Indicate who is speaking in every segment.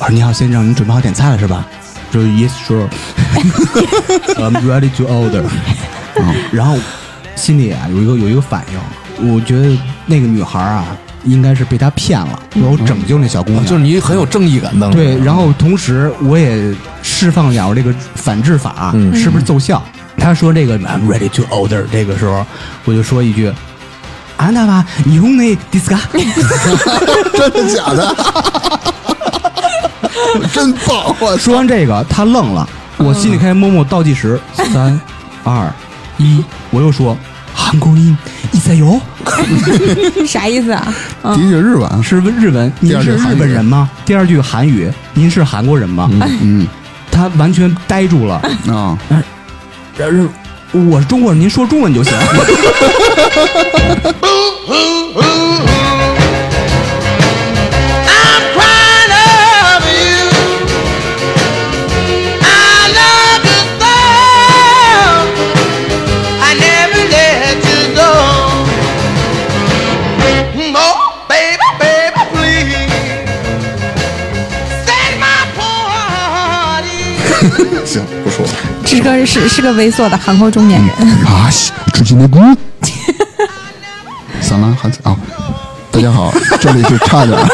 Speaker 1: 啊，你好，先生，你准备好点菜了是吧？
Speaker 2: 就是 Yes sure, I'm ready to order。
Speaker 1: 嗯，然后心里啊有一个有一个反应，我觉得那个女孩啊应该是被他骗了，我拯救那小姑娘。
Speaker 3: 哦就是你很有正义感的。
Speaker 1: 对，然后同时我也释放了我这个反制法，啊
Speaker 3: 嗯
Speaker 1: 是不是奏效？他说这个 I'm ready to order，这个时候我就说一句。啊，那吧，你用那啊 disca，
Speaker 2: 真的假的？ 真棒！我
Speaker 1: 说完这个，他愣了，我心里开始默默倒计 时，三、二、一，我又说韩国音一塞油
Speaker 4: 啥意思啊？
Speaker 2: 的确日啊晚，
Speaker 1: 是日文，您
Speaker 2: 第二句
Speaker 1: 是
Speaker 2: 韩
Speaker 1: 日
Speaker 2: 语
Speaker 1: 本人吗？第二句韩语，您是韩国人吗？
Speaker 2: 嗯
Speaker 1: 他完全呆住了，
Speaker 2: 啊，
Speaker 1: 然后我是中国人，您说中文就行。
Speaker 2: 行，不说了
Speaker 4: 这个是是个猥琐的韩国中年人。
Speaker 2: 啊，主持内姑，三郎韩啊，大家好，这里是差点 儿。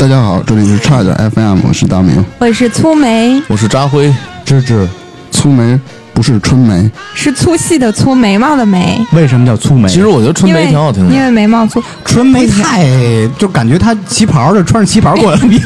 Speaker 2: 大家好，这里是差点儿 FM，我是大明，
Speaker 4: 我是粗眉，
Speaker 3: 我是扎辉，芝芝，
Speaker 2: 粗眉不是春梅，
Speaker 4: 是粗细的粗，眉毛的眉。
Speaker 1: 为什么叫粗眉？
Speaker 3: 其实我觉得春
Speaker 4: 因为
Speaker 3: 梅挺好听
Speaker 4: 因
Speaker 3: 的，
Speaker 4: 为眉毛粗。
Speaker 1: 春梅太就感觉她旗袍的，穿着旗袍过来了，
Speaker 2: 不是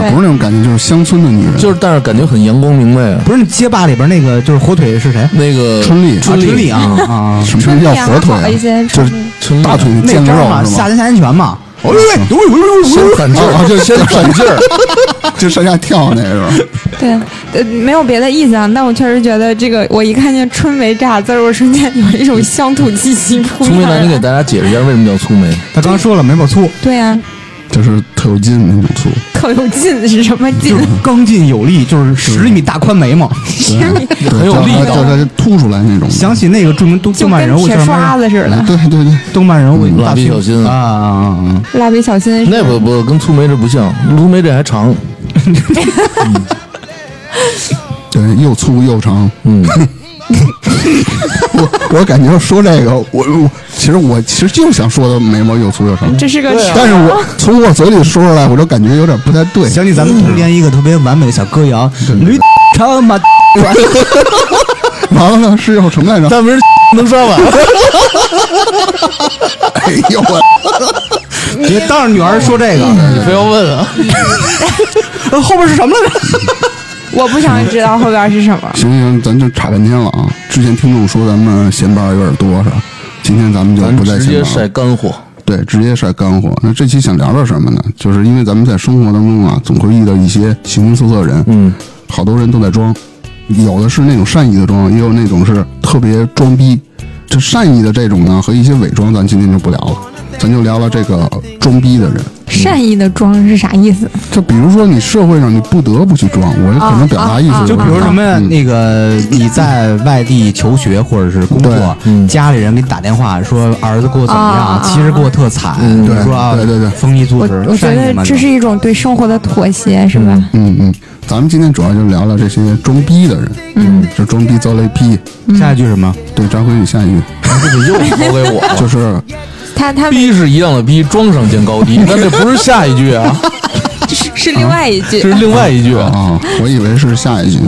Speaker 4: 对
Speaker 2: 不是那种感觉，就是乡村的女人，
Speaker 3: 就是但是感觉很阳光明媚啊。
Speaker 1: 不是街霸里边那个就是火腿是谁？
Speaker 3: 那个
Speaker 2: 春丽
Speaker 3: 春
Speaker 1: 啊春丽
Speaker 3: 丽
Speaker 1: 啊啊！
Speaker 2: 什么叫火腿
Speaker 4: 春丽啊好一些
Speaker 2: 啊，就是
Speaker 3: 春丽
Speaker 2: 大腿的
Speaker 1: 那
Speaker 2: 腱子
Speaker 1: 招
Speaker 2: 肉
Speaker 1: 嘛，
Speaker 2: 是
Speaker 1: 下
Speaker 2: 吗？
Speaker 1: 拳下拳拳嘛。哦呦喂，呦呦呦呦
Speaker 3: 先
Speaker 1: 呦！
Speaker 3: 反劲
Speaker 2: 啊，
Speaker 3: 儿，
Speaker 2: 就先喘劲儿， 就上下跳那个是吧？
Speaker 4: 对，呃，没有别的意思啊，但我确实觉得这个，我一看见“春梅”这俩字儿，我瞬间有一种乡土气息扑
Speaker 3: 粗眉
Speaker 4: 面
Speaker 3: 男，你给
Speaker 4: 而来。
Speaker 3: 大家解释一下为什么叫粗眉？
Speaker 1: 他刚说了眉毛 粗，
Speaker 4: 对呀、啊，
Speaker 2: 就是特有劲那种粗，
Speaker 4: 特有劲是什么劲
Speaker 1: 就？是刚劲有力，就是十厘米大宽眉毛。
Speaker 2: 对
Speaker 3: 很有
Speaker 2: 叫
Speaker 3: 力
Speaker 2: 它
Speaker 3: 道
Speaker 2: 叫它凸出来那种。
Speaker 1: 想起那个著名动
Speaker 4: 就
Speaker 1: 动漫人
Speaker 4: 跟
Speaker 1: 物
Speaker 4: 铁
Speaker 1: 叫什
Speaker 4: 刷
Speaker 1: 么？
Speaker 4: 子似
Speaker 2: 哎
Speaker 4: 的。
Speaker 2: 对对对，
Speaker 1: 动漫人物
Speaker 3: 蜡笔小新
Speaker 1: 啊啊啊啊！
Speaker 4: 蜡笔小新
Speaker 3: 那不不跟粗眉这不像，粗眉这还长。
Speaker 2: 对又粗又长。
Speaker 3: 嗯，
Speaker 2: 我我感觉说这个，我我其实我其实就想说的眉毛又粗又长，
Speaker 4: 这是个
Speaker 1: 啊
Speaker 2: 但是我
Speaker 3: 啊
Speaker 2: 从我嘴里说出来，我就感觉有点不太对。
Speaker 1: 想起咱们童年一个特别完美的小歌谣，驴唱马，
Speaker 2: 完了是要什么来着？
Speaker 3: 大明儿能刷碗，
Speaker 2: 哎呦我，
Speaker 1: 别当着女儿说这个，
Speaker 3: 你非要问啊？
Speaker 1: 后边是什么 嗯来着？
Speaker 4: 我不想知道后边是什么。
Speaker 2: 行行，咱就岔半天了啊！之前听众说咱们闲班有点多是吧？今天咱们就
Speaker 3: 咱
Speaker 2: 不再
Speaker 3: 直
Speaker 2: 闲
Speaker 3: 接
Speaker 2: 班
Speaker 3: 晒
Speaker 2: 了，
Speaker 3: 干货。
Speaker 2: 对，直接晒干货。那这期想聊点什么呢？就是因为咱们在生活当中啊，总会遇到一些形形色色的人，
Speaker 3: 嗯，
Speaker 2: 好多人都在装，有的是那种善意的装，也有那种是特别装逼。这善意的这种呢，和一些伪装，咱今天就不聊了，咱就聊聊这个装逼的人。
Speaker 4: 善意的装是啥意思？
Speaker 2: 就比如说你社会上你不得不去装，我可能表达意思
Speaker 4: 啊啊啊
Speaker 2: 是
Speaker 1: 就比如什么呀
Speaker 2: 嗯
Speaker 1: 那个你在外地求学或者是工作
Speaker 3: 对嗯，
Speaker 1: 家里人给你打电话说儿子过得怎么
Speaker 4: 啊啊
Speaker 1: 样，
Speaker 4: 啊
Speaker 1: 其实过得特惨，
Speaker 3: 嗯
Speaker 1: 你
Speaker 2: 对
Speaker 1: 说啊
Speaker 2: 对对对
Speaker 1: 丰衣足
Speaker 4: 我
Speaker 1: 食，
Speaker 4: 我觉
Speaker 1: 善意
Speaker 4: 得
Speaker 1: 嘛
Speaker 4: 这是一种对生活的妥协，是吧？
Speaker 2: 嗯嗯，咱们今天主要就聊聊这些装逼的人，嗯，就装逼遭雷劈。
Speaker 1: 下一句什么？
Speaker 2: 对，张辉，你下一 句
Speaker 3: 嗯这个又抛给我 了。
Speaker 2: 就是
Speaker 4: 他他
Speaker 3: 逼是一样的逼，装上见高低，但这不是下一句啊，
Speaker 4: 是是另外一句
Speaker 3: 这是另外一句
Speaker 2: 啊、
Speaker 3: 啊。
Speaker 2: 我以为是下一句。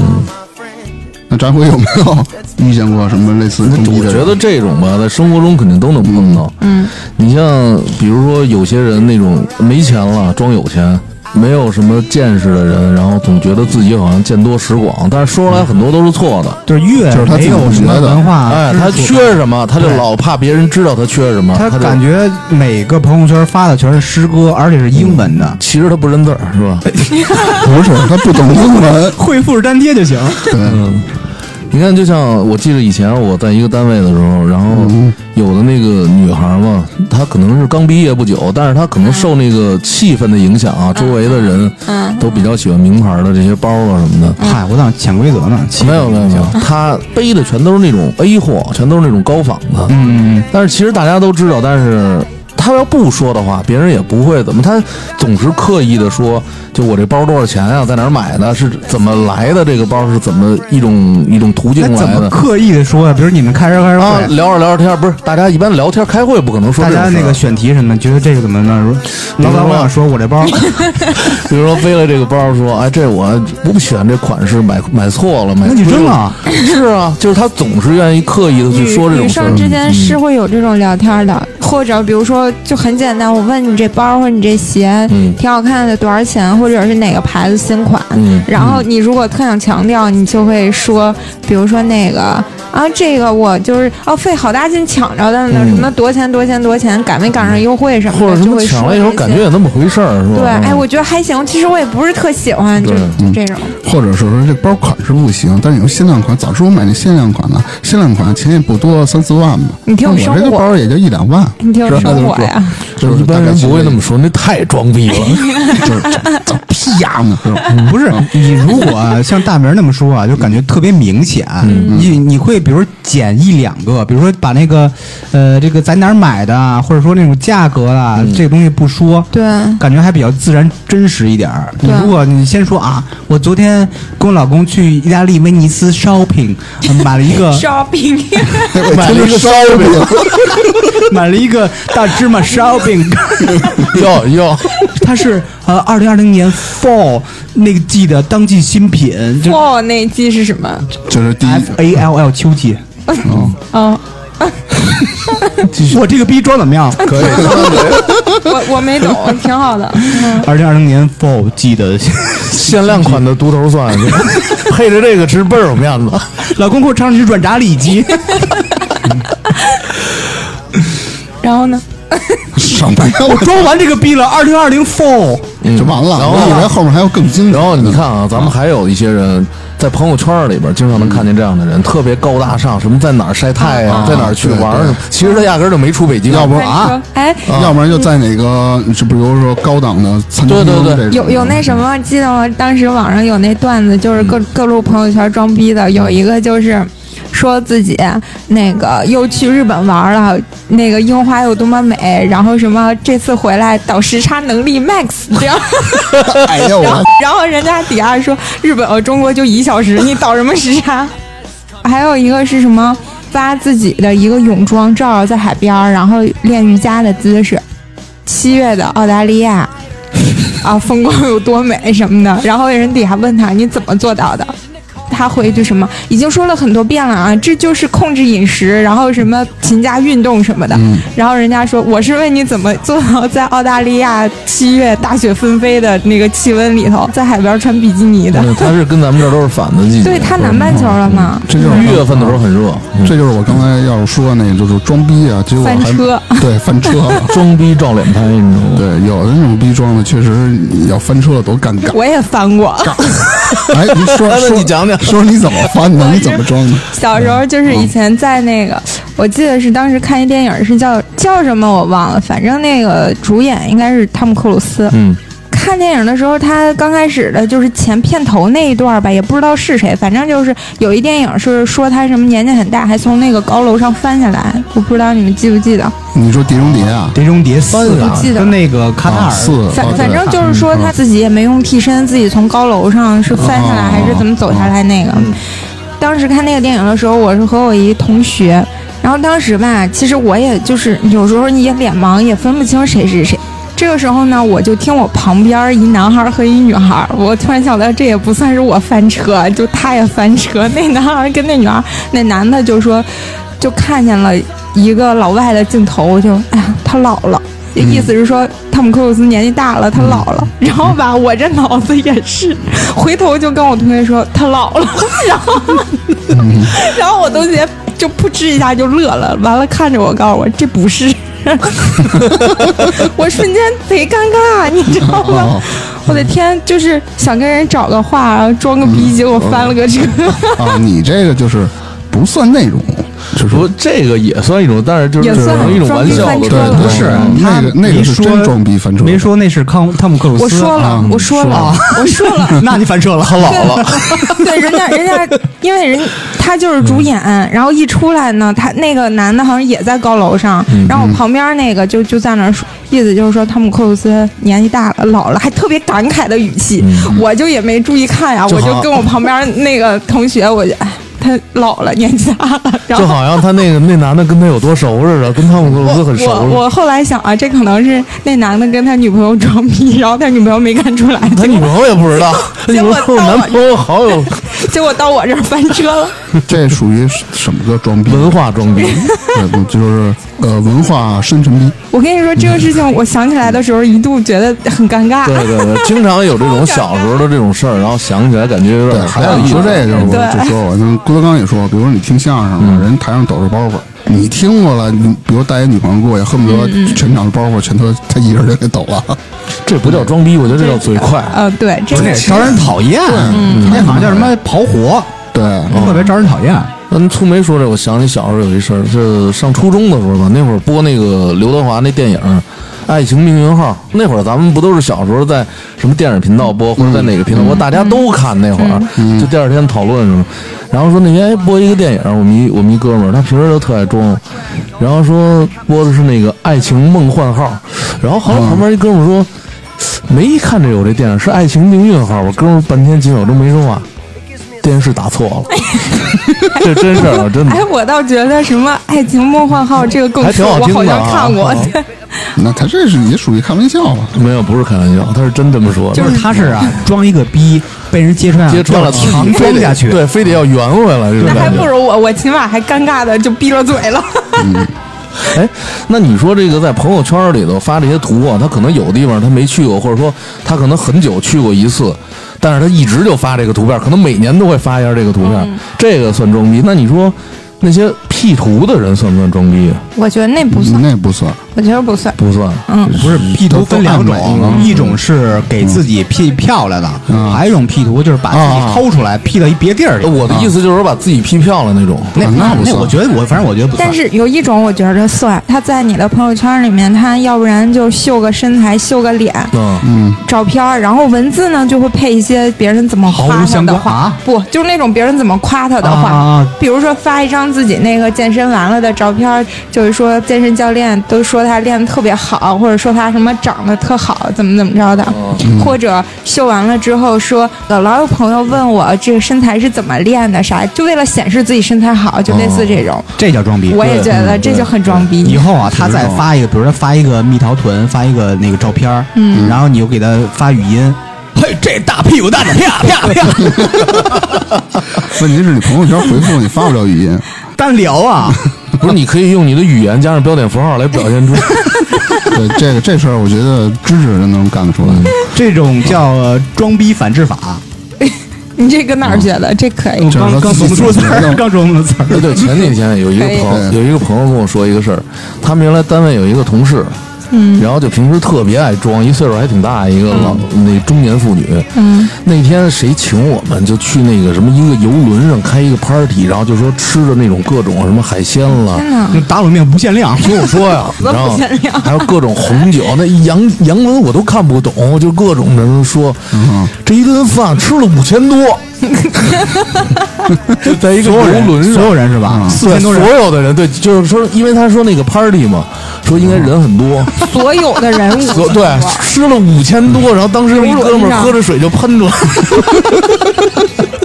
Speaker 2: 那张辉有没
Speaker 4: 嗯
Speaker 2: 有遇见过什么类似装逼
Speaker 3: 我
Speaker 2: 的人？
Speaker 3: 觉得这种吧，在生活中肯定都能碰到。嗯，你像比如说有些人那种没钱了装有钱，没有什么见识的人，然后总觉得自己好像见多识广，但是说出来很多都是错的。
Speaker 1: 就是越
Speaker 2: 就是他自
Speaker 1: 没
Speaker 2: 己
Speaker 1: 有什么
Speaker 2: 觉得
Speaker 1: 文化，
Speaker 3: 哎，他缺什么，他就老怕别人知道他缺什么，
Speaker 1: 他
Speaker 3: 他就
Speaker 1: 感觉每个朋友圈发的全是诗歌，而且是英文的，。
Speaker 3: 其实他不认字儿，是吧？
Speaker 2: 不是，他不懂英文
Speaker 1: 会复制粘贴就 行。
Speaker 2: 对，
Speaker 3: 你看，就像我记得以前我在一个单位的时候，然后
Speaker 1: 嗯
Speaker 3: 有的那个女孩嘛，她可能是刚毕业不久，但是她可能受那个气氛的影响
Speaker 1: 嗯
Speaker 3: 啊，周围的人都比较喜欢名牌的这些包啊什么的。
Speaker 1: 嗨，我当潜规则呢，其实
Speaker 3: 没有没有没有，她背的全都是那种 A 货，全都是那种高仿的。
Speaker 1: 嗯，嗯嗯，
Speaker 3: 但是其实大家都知道，但是。他要不说的话，别人也不会怎么。他总是刻意的说，就我这包多少钱啊，在哪儿买的，是怎么来的，这个包是怎么一种一种途径
Speaker 1: 那怎
Speaker 3: 来
Speaker 1: 么
Speaker 3: 的。
Speaker 1: 刻意的说呀、比如你们开着开着
Speaker 3: 啊，
Speaker 1: 会，
Speaker 3: 聊着聊着天儿，不是大家一般聊天开会不可能说
Speaker 1: 大
Speaker 3: 这种
Speaker 1: 家
Speaker 3: 事儿
Speaker 1: 那个选题什么的，觉得这个怎么呢？说老板，我想说我这 包，
Speaker 3: 比如说背了这个包，说哎，这我不喜欢这款式，买买错了，买
Speaker 1: 那你扔了
Speaker 3: 亏了是啊，就是他总是愿意刻意的去
Speaker 4: 女
Speaker 3: 说这嗯
Speaker 4: 女
Speaker 3: 种事儿
Speaker 4: 生。之间是会有这种聊天的，或者比如说就很简单，我问你这包或者你这鞋、
Speaker 3: 嗯
Speaker 4: 挺好看的，多少钱，或者是哪个牌子新款。
Speaker 3: 嗯
Speaker 4: 然后你如果特想强调，你就会说，比如说那个啊，这个我就是哦，费好大劲抢着的呢，
Speaker 3: 嗯
Speaker 4: 什么多钱多钱多钱，赶没赶上优惠什么的，
Speaker 3: 或者什
Speaker 4: 就
Speaker 3: 么
Speaker 4: 会
Speaker 3: 抢
Speaker 4: 说
Speaker 3: 了以后
Speaker 4: 这
Speaker 3: 感
Speaker 4: 些
Speaker 3: 觉也那么回事儿，是吧？
Speaker 4: 对，哎，
Speaker 3: 嗯
Speaker 4: 我觉得还行，其实我也不是特喜欢，就
Speaker 3: 对嗯
Speaker 4: 就这种。
Speaker 2: 或者是说这包款式不行，但是有限量款，早知道我买那限量款了，限量款钱也不多，三四万吧。
Speaker 4: 你挺有
Speaker 2: 那我这个
Speaker 4: 生活
Speaker 2: 包也就一两万，
Speaker 4: 你挺有
Speaker 2: 是吧
Speaker 4: 生活呀，
Speaker 2: 就是
Speaker 3: 一般人不会那么
Speaker 2: 说，
Speaker 3: 说，那太装逼了。
Speaker 2: 就是这 屁呀呢，是吧？嗯
Speaker 1: 不是你如果像大明那么说啊，就感觉特别明显。你你会比如减一两个，比如说把那个呃这个在哪儿买的啊，或者说那种价格啊，这个东西不说，
Speaker 4: 对
Speaker 1: 感觉还比较自然真实一点儿。你
Speaker 4: 对
Speaker 1: 如果你先说啊，我昨天跟我老公去意大利威尼斯 shopping，呃买了一 个
Speaker 4: ，shopping。
Speaker 2: 我
Speaker 3: 买了一个
Speaker 2: 烧饼，
Speaker 1: 买了一个大芝麻烧饼，
Speaker 3: 要要，
Speaker 1: 它是呃二零二零年 fall 那个季的当季新品，就
Speaker 4: 哇，那一季是什么？
Speaker 2: 就是第一
Speaker 1: F A L L 秋季。
Speaker 4: 哦，
Speaker 1: 我这个逼装怎么样？
Speaker 3: 可以，
Speaker 4: 我我没懂，挺好的。
Speaker 1: 二零二零年 fall 季的，
Speaker 3: 限量款的独头蒜，配着这个吃倍儿有面 子。
Speaker 1: 老公给我尝试软炸里 脊。
Speaker 4: 然后呢？
Speaker 2: 什么呀？我
Speaker 1: 装完这个逼了，二零二零 fall
Speaker 2: 就完了，
Speaker 3: 然后
Speaker 2: 我以为后面还有更 精彩。
Speaker 3: 然后你看啊，咱们还有一些人在朋友圈里边经常能看见这样的人，特别高大上，什么在哪儿晒太阳，在哪儿去玩
Speaker 2: 对
Speaker 3: 儿
Speaker 2: 对，
Speaker 3: 其实他压根儿就没出北京。
Speaker 2: 要不
Speaker 4: 那你说
Speaker 2: 啊，，
Speaker 4: 哎，
Speaker 2: 要不然就在哪个，是比如说高档的餐厅
Speaker 3: 对对对
Speaker 2: 这种
Speaker 4: 有有那什么，记得吗？当时网上有那段子，就是各各路朋友圈装逼的，有一个就是。说自己那个又去日本玩了，那个樱花有多么美，然后什么这次回来倒时差能力 max 这样，
Speaker 2: 哎 呀，我
Speaker 4: 然后人家底下说日本和中国就一小时，你倒什么时差？ 还有一个是什么？发自己的一个泳装照在海边儿，然后练瑜伽的姿势。七月的澳大利亚，啊，风光有多美什么的。然后人底下问他你怎么做到的？他回一句什么？已经说了很多遍了啊，这就是控制饮食，然后什么勤加运动什么的。然后人家说我是问你怎么做到在澳大利亚七月大雪纷飞的那个气温里头，在海边穿比基尼的。
Speaker 3: 嗯他是跟咱们这儿都是反的季节。
Speaker 4: 对他南半球了嘛？
Speaker 3: 嗯
Speaker 2: 这就是
Speaker 3: 一月份的时候很热，
Speaker 2: 这就是我刚才要说那，就是装逼啊，结果还
Speaker 4: 翻车，
Speaker 2: 对翻车 了。
Speaker 3: 装逼照脸拍，你知道吗？
Speaker 2: 对，有的那种逼装的，确实要翻车了多尴尬。
Speaker 4: 我也翻过。
Speaker 2: 哎，你说
Speaker 3: 哎那
Speaker 2: 说
Speaker 3: 你讲讲
Speaker 2: 说你怎么翻的？你怎么装的？
Speaker 4: 小时候就是以前在那个，我记得是当时看一电影是叫叫什么我忘了，反正那个主演应该是汤姆克鲁斯。
Speaker 3: 嗯，
Speaker 4: 看电影的时候，他刚开始的就是前片头那一段吧，也不知道是谁，反正就是有一电影是说他什么年纪很大，还从那个高楼上翻下来，我不知道你们记不记得。
Speaker 2: 你说《碟中谍》啊？
Speaker 1: 碟中谍四
Speaker 4: 我记得
Speaker 1: 跟那个卡塔
Speaker 2: 啊，
Speaker 1: 尔
Speaker 2: 四
Speaker 4: 反
Speaker 2: 啊
Speaker 4: 反
Speaker 2: 对
Speaker 4: 正就是说他自己也没用替身，自己从高楼上是翻下来还是怎么走下来那个。当时看那个电影的时候，我是和我一同学，然后当时吧，其实我也就是有时候你也脸盲，也分不清谁是谁。这个时候呢，我就听我旁边一男孩和一女孩，我突然想到，这也不算是我翻车，就他也翻车。那男孩跟那女孩，那男的就说，就看见了一个老外的镜头，就哎呀，他老了。意思是说，汤姆克鲁斯年纪大了，他老了。然后吧，我这脑子也是，回头就跟我同学说他老了， 然后，然后我同学就扑哧一下就乐了，完了看着我告诉我这不是， 我瞬间贼尴尬，你知道吗
Speaker 2: 哦？
Speaker 4: 我的天，就是想跟人找个话，然后装个逼，结果翻了个车。
Speaker 2: 啊，你这个就是不算内容，就是
Speaker 3: 说这个也算一种，但是就是
Speaker 4: 也
Speaker 3: 只
Speaker 4: 算
Speaker 3: 能一种玩笑
Speaker 4: 装逼
Speaker 3: 的
Speaker 4: 翻车
Speaker 3: 东
Speaker 2: 对，
Speaker 3: 西，
Speaker 4: 了啊
Speaker 1: 不是嗯
Speaker 2: 那个
Speaker 1: 他
Speaker 2: 那个是
Speaker 1: 没
Speaker 2: 真
Speaker 1: 说
Speaker 2: 装逼翻车，
Speaker 1: 没说那是康汤姆克鲁斯，啊
Speaker 4: 我说了，我说了，我说了，
Speaker 1: 那你翻车了，他老
Speaker 4: 对，人家人家，因为人他他就是主演，然后一出来呢，他那个男的好像也在高楼上，然后我旁边那个就就在那儿说，意思就是说汤姆克鲁斯年纪大了老了，还特别感慨的语气，我就也没注意看呀，
Speaker 3: 就
Speaker 4: 我
Speaker 3: 好
Speaker 4: 就跟我旁边那个同学，我就哎，他老了，年纪大了，然
Speaker 3: 就
Speaker 4: 后。
Speaker 3: 好像他那个那男的跟他有多熟似的，跟汤姆克鲁斯很
Speaker 4: 我
Speaker 3: 熟。
Speaker 4: 我后来想啊，这可能是那男的跟他女朋友装逼，然后他女朋友没看出来，
Speaker 3: 他女朋友也不知道，他女
Speaker 4: 结果
Speaker 3: 朋友
Speaker 4: 到
Speaker 3: 男
Speaker 4: 我
Speaker 3: 朋友好有
Speaker 4: 结果到我这儿翻车了。
Speaker 2: 这属于什么个装逼？
Speaker 3: 文化装逼，
Speaker 2: 对，不就是呃文化深沉逼。
Speaker 4: 我跟你说这个事情，我想起来的时候一度觉得很尴尬。
Speaker 3: 对 对对，经常有这种小时候的这种事儿，然后想起来感觉有
Speaker 2: 对，
Speaker 3: 点
Speaker 2: 还有你说这个，就是我就说我那郭德纲也说，比如你听相声嘛，人台上抖着包袱，你听过了，你比如带一女朋友过去，恨不得全场的包袱全他他一人就给抖了。
Speaker 3: 这不叫装逼，我觉得这叫嘴快。
Speaker 4: 呃，对，这
Speaker 1: 不
Speaker 4: 个
Speaker 1: 是招人讨厌，
Speaker 3: 啊
Speaker 1: 那好像叫什么刨活，
Speaker 2: 对，
Speaker 1: 特别招人讨厌。
Speaker 3: 嗯，粗梅说这，我想起小时候有一事儿，是上初中的时候吧，那会儿播那个刘德华那电影《爱情命运号》，那会儿咱们不都是小时候在什么电影频道播，或者在哪个频道播，大家都看那会儿，就第二天讨论什么，然后说那天哎播一个电影，我们一我们一哥们儿，他平时都特爱装，然后说播的是那个《爱情梦幻号》，然后后来旁边一哥们儿说。没看着有这电影，是《爱情命运号》。我哥们儿半天几秒钟没说话，电视打错了，这真事儿，啊真的
Speaker 4: 哎，。我倒觉得什么《爱情梦幻号》这个更
Speaker 3: 还挺
Speaker 4: 熟，
Speaker 3: 好
Speaker 4: 我
Speaker 3: 听的啊
Speaker 4: 好像看 过。
Speaker 3: 啊
Speaker 4: 对，
Speaker 2: 那他这是也属于开玩笑吧？
Speaker 3: 没有，不是开玩笑，他是真这么说的。
Speaker 1: 就是他是 啊，装一个逼，被人揭穿啊了，
Speaker 3: 揭穿了，
Speaker 1: 要强
Speaker 3: 非
Speaker 1: 装
Speaker 3: 得
Speaker 1: 下去。
Speaker 3: 对，非得要圆回来这种
Speaker 4: 那还
Speaker 3: 感
Speaker 4: 不
Speaker 3: 觉。
Speaker 4: 如我，我起码还尴尬的就闭了嘴了。
Speaker 3: 哎，那你说这个在朋友圈里头发这些图啊，他可能有的地方他没去过，或者说他可能很久去过一次，但是他一直就发这个图片，可能每年都会发一下这个图片，这个算装逼。那你说那些 P 图的人算不算装逼啊？
Speaker 4: 我觉得那不算，
Speaker 2: 那不算，
Speaker 4: 我觉得不算。
Speaker 3: 不算。
Speaker 1: 不是 P 图嗯分两
Speaker 2: 都按美
Speaker 1: 种，一嗯种是给自己 P 漂亮的，还有一种 P 图就是把自己抠出来 P 到一别地儿去。啊
Speaker 3: 我的意思就是说把自己 P 漂亮那种。
Speaker 1: 那
Speaker 2: 啊那不
Speaker 1: 那
Speaker 2: 算
Speaker 1: 我觉得我反正我觉得不算
Speaker 4: 但。是有一种我觉得算，他在你的朋友圈里面，他要不然就秀个身材，秀个脸，
Speaker 3: 嗯，
Speaker 2: 嗯，
Speaker 4: 照片儿，然后文字呢就会配一些别人怎么
Speaker 1: 毫无
Speaker 4: 夸他
Speaker 1: 相
Speaker 4: 的
Speaker 1: 关
Speaker 4: 话，
Speaker 1: 啊
Speaker 4: 不就是那种别人怎么夸他的话，
Speaker 1: 啊啊啊
Speaker 4: 比如说发一张自己那个健身完了的照片儿，就是说健身教练都说他练的特别好，或者说他什么长得特好，怎么怎么着的，
Speaker 1: 哦
Speaker 4: 嗯或者秀完了之后说，呃老有朋友问我这个身材是怎么练的啥，就为了显示自己身材好，就类似这种，
Speaker 1: 这叫装逼。
Speaker 4: 我也觉得
Speaker 3: 嗯
Speaker 4: 这就很装逼。
Speaker 1: 以后啊，他再发一个，比如说发一个蜜桃臀，发一个那个照片，嗯，然后你就给他发语音，嘿，这大屁股蛋子，啪啪啪，
Speaker 2: 问题是你朋友圈回复你发不了语音，
Speaker 1: 单聊 啊，
Speaker 3: 不是，你可以用你的语言加上标点符号来表现出。
Speaker 2: 对这个这事儿，我觉得知识人能干得出来。
Speaker 1: 这种叫呃装逼反制法。
Speaker 4: 你这搁哪
Speaker 1: 嗯
Speaker 4: 儿学的？这可以。
Speaker 2: 这
Speaker 1: 刚刚琢磨出词儿， 刚琢磨出词
Speaker 3: 对
Speaker 1: 儿。
Speaker 3: 对，前几天有一个朋友，
Speaker 2: 可
Speaker 3: 有一个朋友跟我说一个事儿，他们原来单位有一个同事，嗯，然后就平时特别爱装，一岁数还挺大，一个老、那中年妇女，嗯，那天谁请我们就去那个什么一个游轮上开一个 party，然后就说吃的那种各种什么海鲜了。
Speaker 4: 天哪！
Speaker 1: 那打卤面无限量，
Speaker 3: 听我说呀，然后
Speaker 4: 不限量
Speaker 3: 还有各种红酒，那洋洋文我都看不懂，就各种人说，这一顿饭吃了五千多， 就在一个游轮上，
Speaker 1: 所有人是吧？
Speaker 3: 对
Speaker 1: 四千多人
Speaker 3: 所，有的人对，就是说，因为他说那个 party 嘛，说应该人很多，
Speaker 4: 所有的人物，
Speaker 3: 所对吃了五千多，然后当时有一哥们儿喝着水就喷出来，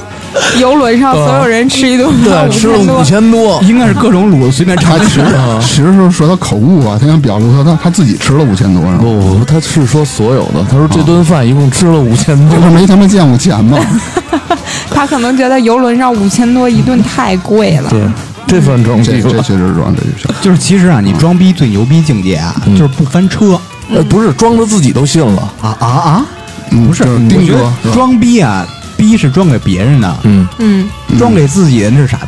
Speaker 4: 游轮上所有人吃一顿饭
Speaker 3: 啊对，吃了五
Speaker 4: 多，
Speaker 3: 千多，
Speaker 1: 应该是各种卤随便
Speaker 2: 他
Speaker 1: 尝
Speaker 2: 其实其实是说他口误啊，他想表露他他他自己吃了五千多，是吧？
Speaker 3: 不不不，他是说所有的，他说这顿饭一共吃了五千
Speaker 2: 这
Speaker 3: 多
Speaker 2: 不，是没他妈见过钱吗？
Speaker 4: 他可能觉得游轮上五千多一顿太贵了。
Speaker 3: 对，这算装逼
Speaker 2: 这这
Speaker 3: 了。
Speaker 2: 确实是装，这就行。
Speaker 1: 就是其实啊，你装逼最牛逼境界啊，就是不翻车
Speaker 3: 呃，不是装着自己都信了，
Speaker 1: 啊啊啊！
Speaker 2: 嗯
Speaker 1: 不是，
Speaker 2: 就是
Speaker 1: 我
Speaker 2: 丁
Speaker 1: 觉
Speaker 2: 哥
Speaker 1: 得
Speaker 2: 是吧
Speaker 1: 装逼啊，逼是装给别人的，
Speaker 3: 嗯，
Speaker 4: 嗯，
Speaker 1: 装给自己的那是傻逼。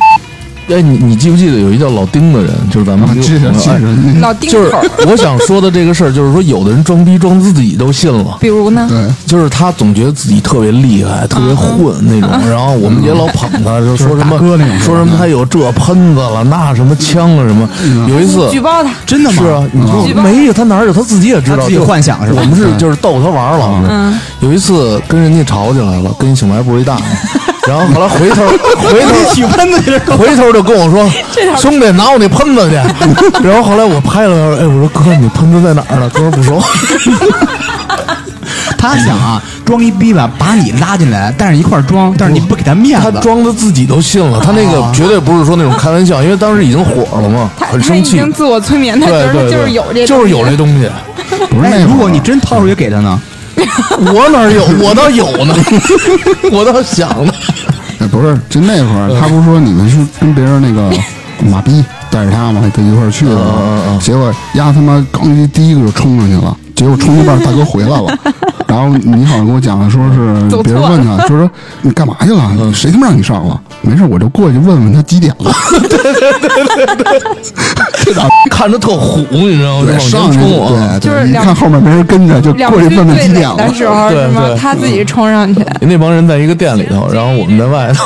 Speaker 3: 哎，你你记不记得有一叫老丁的人，就是咱们
Speaker 2: 啊，这
Speaker 3: 哎
Speaker 2: 人这人，
Speaker 4: 老丁
Speaker 3: 就是
Speaker 4: 口儿，
Speaker 3: 我想说的这个事儿，就是说有的人装逼装自己都信了。
Speaker 4: 比如呢？
Speaker 2: 对，
Speaker 3: 就是他总觉得自己特别厉害，特别混那种，然后我们也老捧他，就说什么
Speaker 1: 大哥那种
Speaker 3: 说什么他有这喷子了，那什么枪了什么。有一次
Speaker 4: 举报他，
Speaker 1: 真的吗？
Speaker 3: 是啊，你
Speaker 4: 举
Speaker 3: 说
Speaker 4: 报
Speaker 3: 没有他哪有他自己也知
Speaker 1: 他
Speaker 3: 道，
Speaker 1: 自己
Speaker 3: 就
Speaker 1: 幻想是吧
Speaker 3: 我们是就是逗他玩儿了。
Speaker 4: 嗯
Speaker 3: 有一次跟人家吵起来了，跟醒来不 一大，然后后来回头回头
Speaker 1: 起喷子去了，
Speaker 3: 回头就跟我说：“兄弟，拿我那喷子去。”然后后来我拍了他，哎，我说哥，你喷子在哪儿呢？哥不说，
Speaker 1: 他想啊，装一逼吧，把你拉进来，但是一块儿装，但是你不给他面
Speaker 3: 他
Speaker 1: 子，哎
Speaker 3: 装的自己都信了，他那个绝对不是说那种开玩笑，因为当时已经火了嘛，
Speaker 4: 他
Speaker 3: 很
Speaker 4: 他已
Speaker 3: 生气。
Speaker 4: 经自我催眠，他
Speaker 3: 对
Speaker 4: 觉得
Speaker 3: 对对，
Speaker 4: 就是有这，
Speaker 3: 就是有这。东西，
Speaker 2: 不是
Speaker 1: 哎
Speaker 2: 那
Speaker 1: 如
Speaker 2: 会
Speaker 1: 果
Speaker 2: 儿啊
Speaker 1: 你真掏出去给他呢？
Speaker 3: 我哪有？我倒有呢， 我倒想呢。
Speaker 2: 哎，不是，就那会儿，
Speaker 1: 嗯
Speaker 2: 他不是说你们是跟别人那个马逼带着他嘛，跟一块儿去的
Speaker 3: 嗯嗯
Speaker 2: 嘛
Speaker 3: 嗯，
Speaker 2: 结果丫他妈刚一第一个就冲上去了，结果冲一半大哥回来 了，然后你好像跟我讲的说是
Speaker 4: 走错了
Speaker 2: 别人问他，就说你干嘛去
Speaker 1: 嗯
Speaker 2: 了？谁他妈让你上了？没事，我就过去问问他几点了。
Speaker 3: 看着特虎，你知道吗？
Speaker 2: 对，
Speaker 3: 就
Speaker 2: 上
Speaker 3: 往前
Speaker 2: 去
Speaker 3: 冲啊！
Speaker 2: 对
Speaker 4: 就是
Speaker 2: 对，一
Speaker 4: 两
Speaker 2: 看后面没人跟着，就
Speaker 4: 两
Speaker 2: 过去
Speaker 4: 军
Speaker 2: 问问
Speaker 4: 对
Speaker 2: 几
Speaker 4: 垒
Speaker 2: 点了
Speaker 4: 的。时候
Speaker 3: 对
Speaker 4: 是吗
Speaker 3: 对？嗯
Speaker 4: 他自己冲上去，
Speaker 3: 那帮人在一个店里头，然后我们在外头。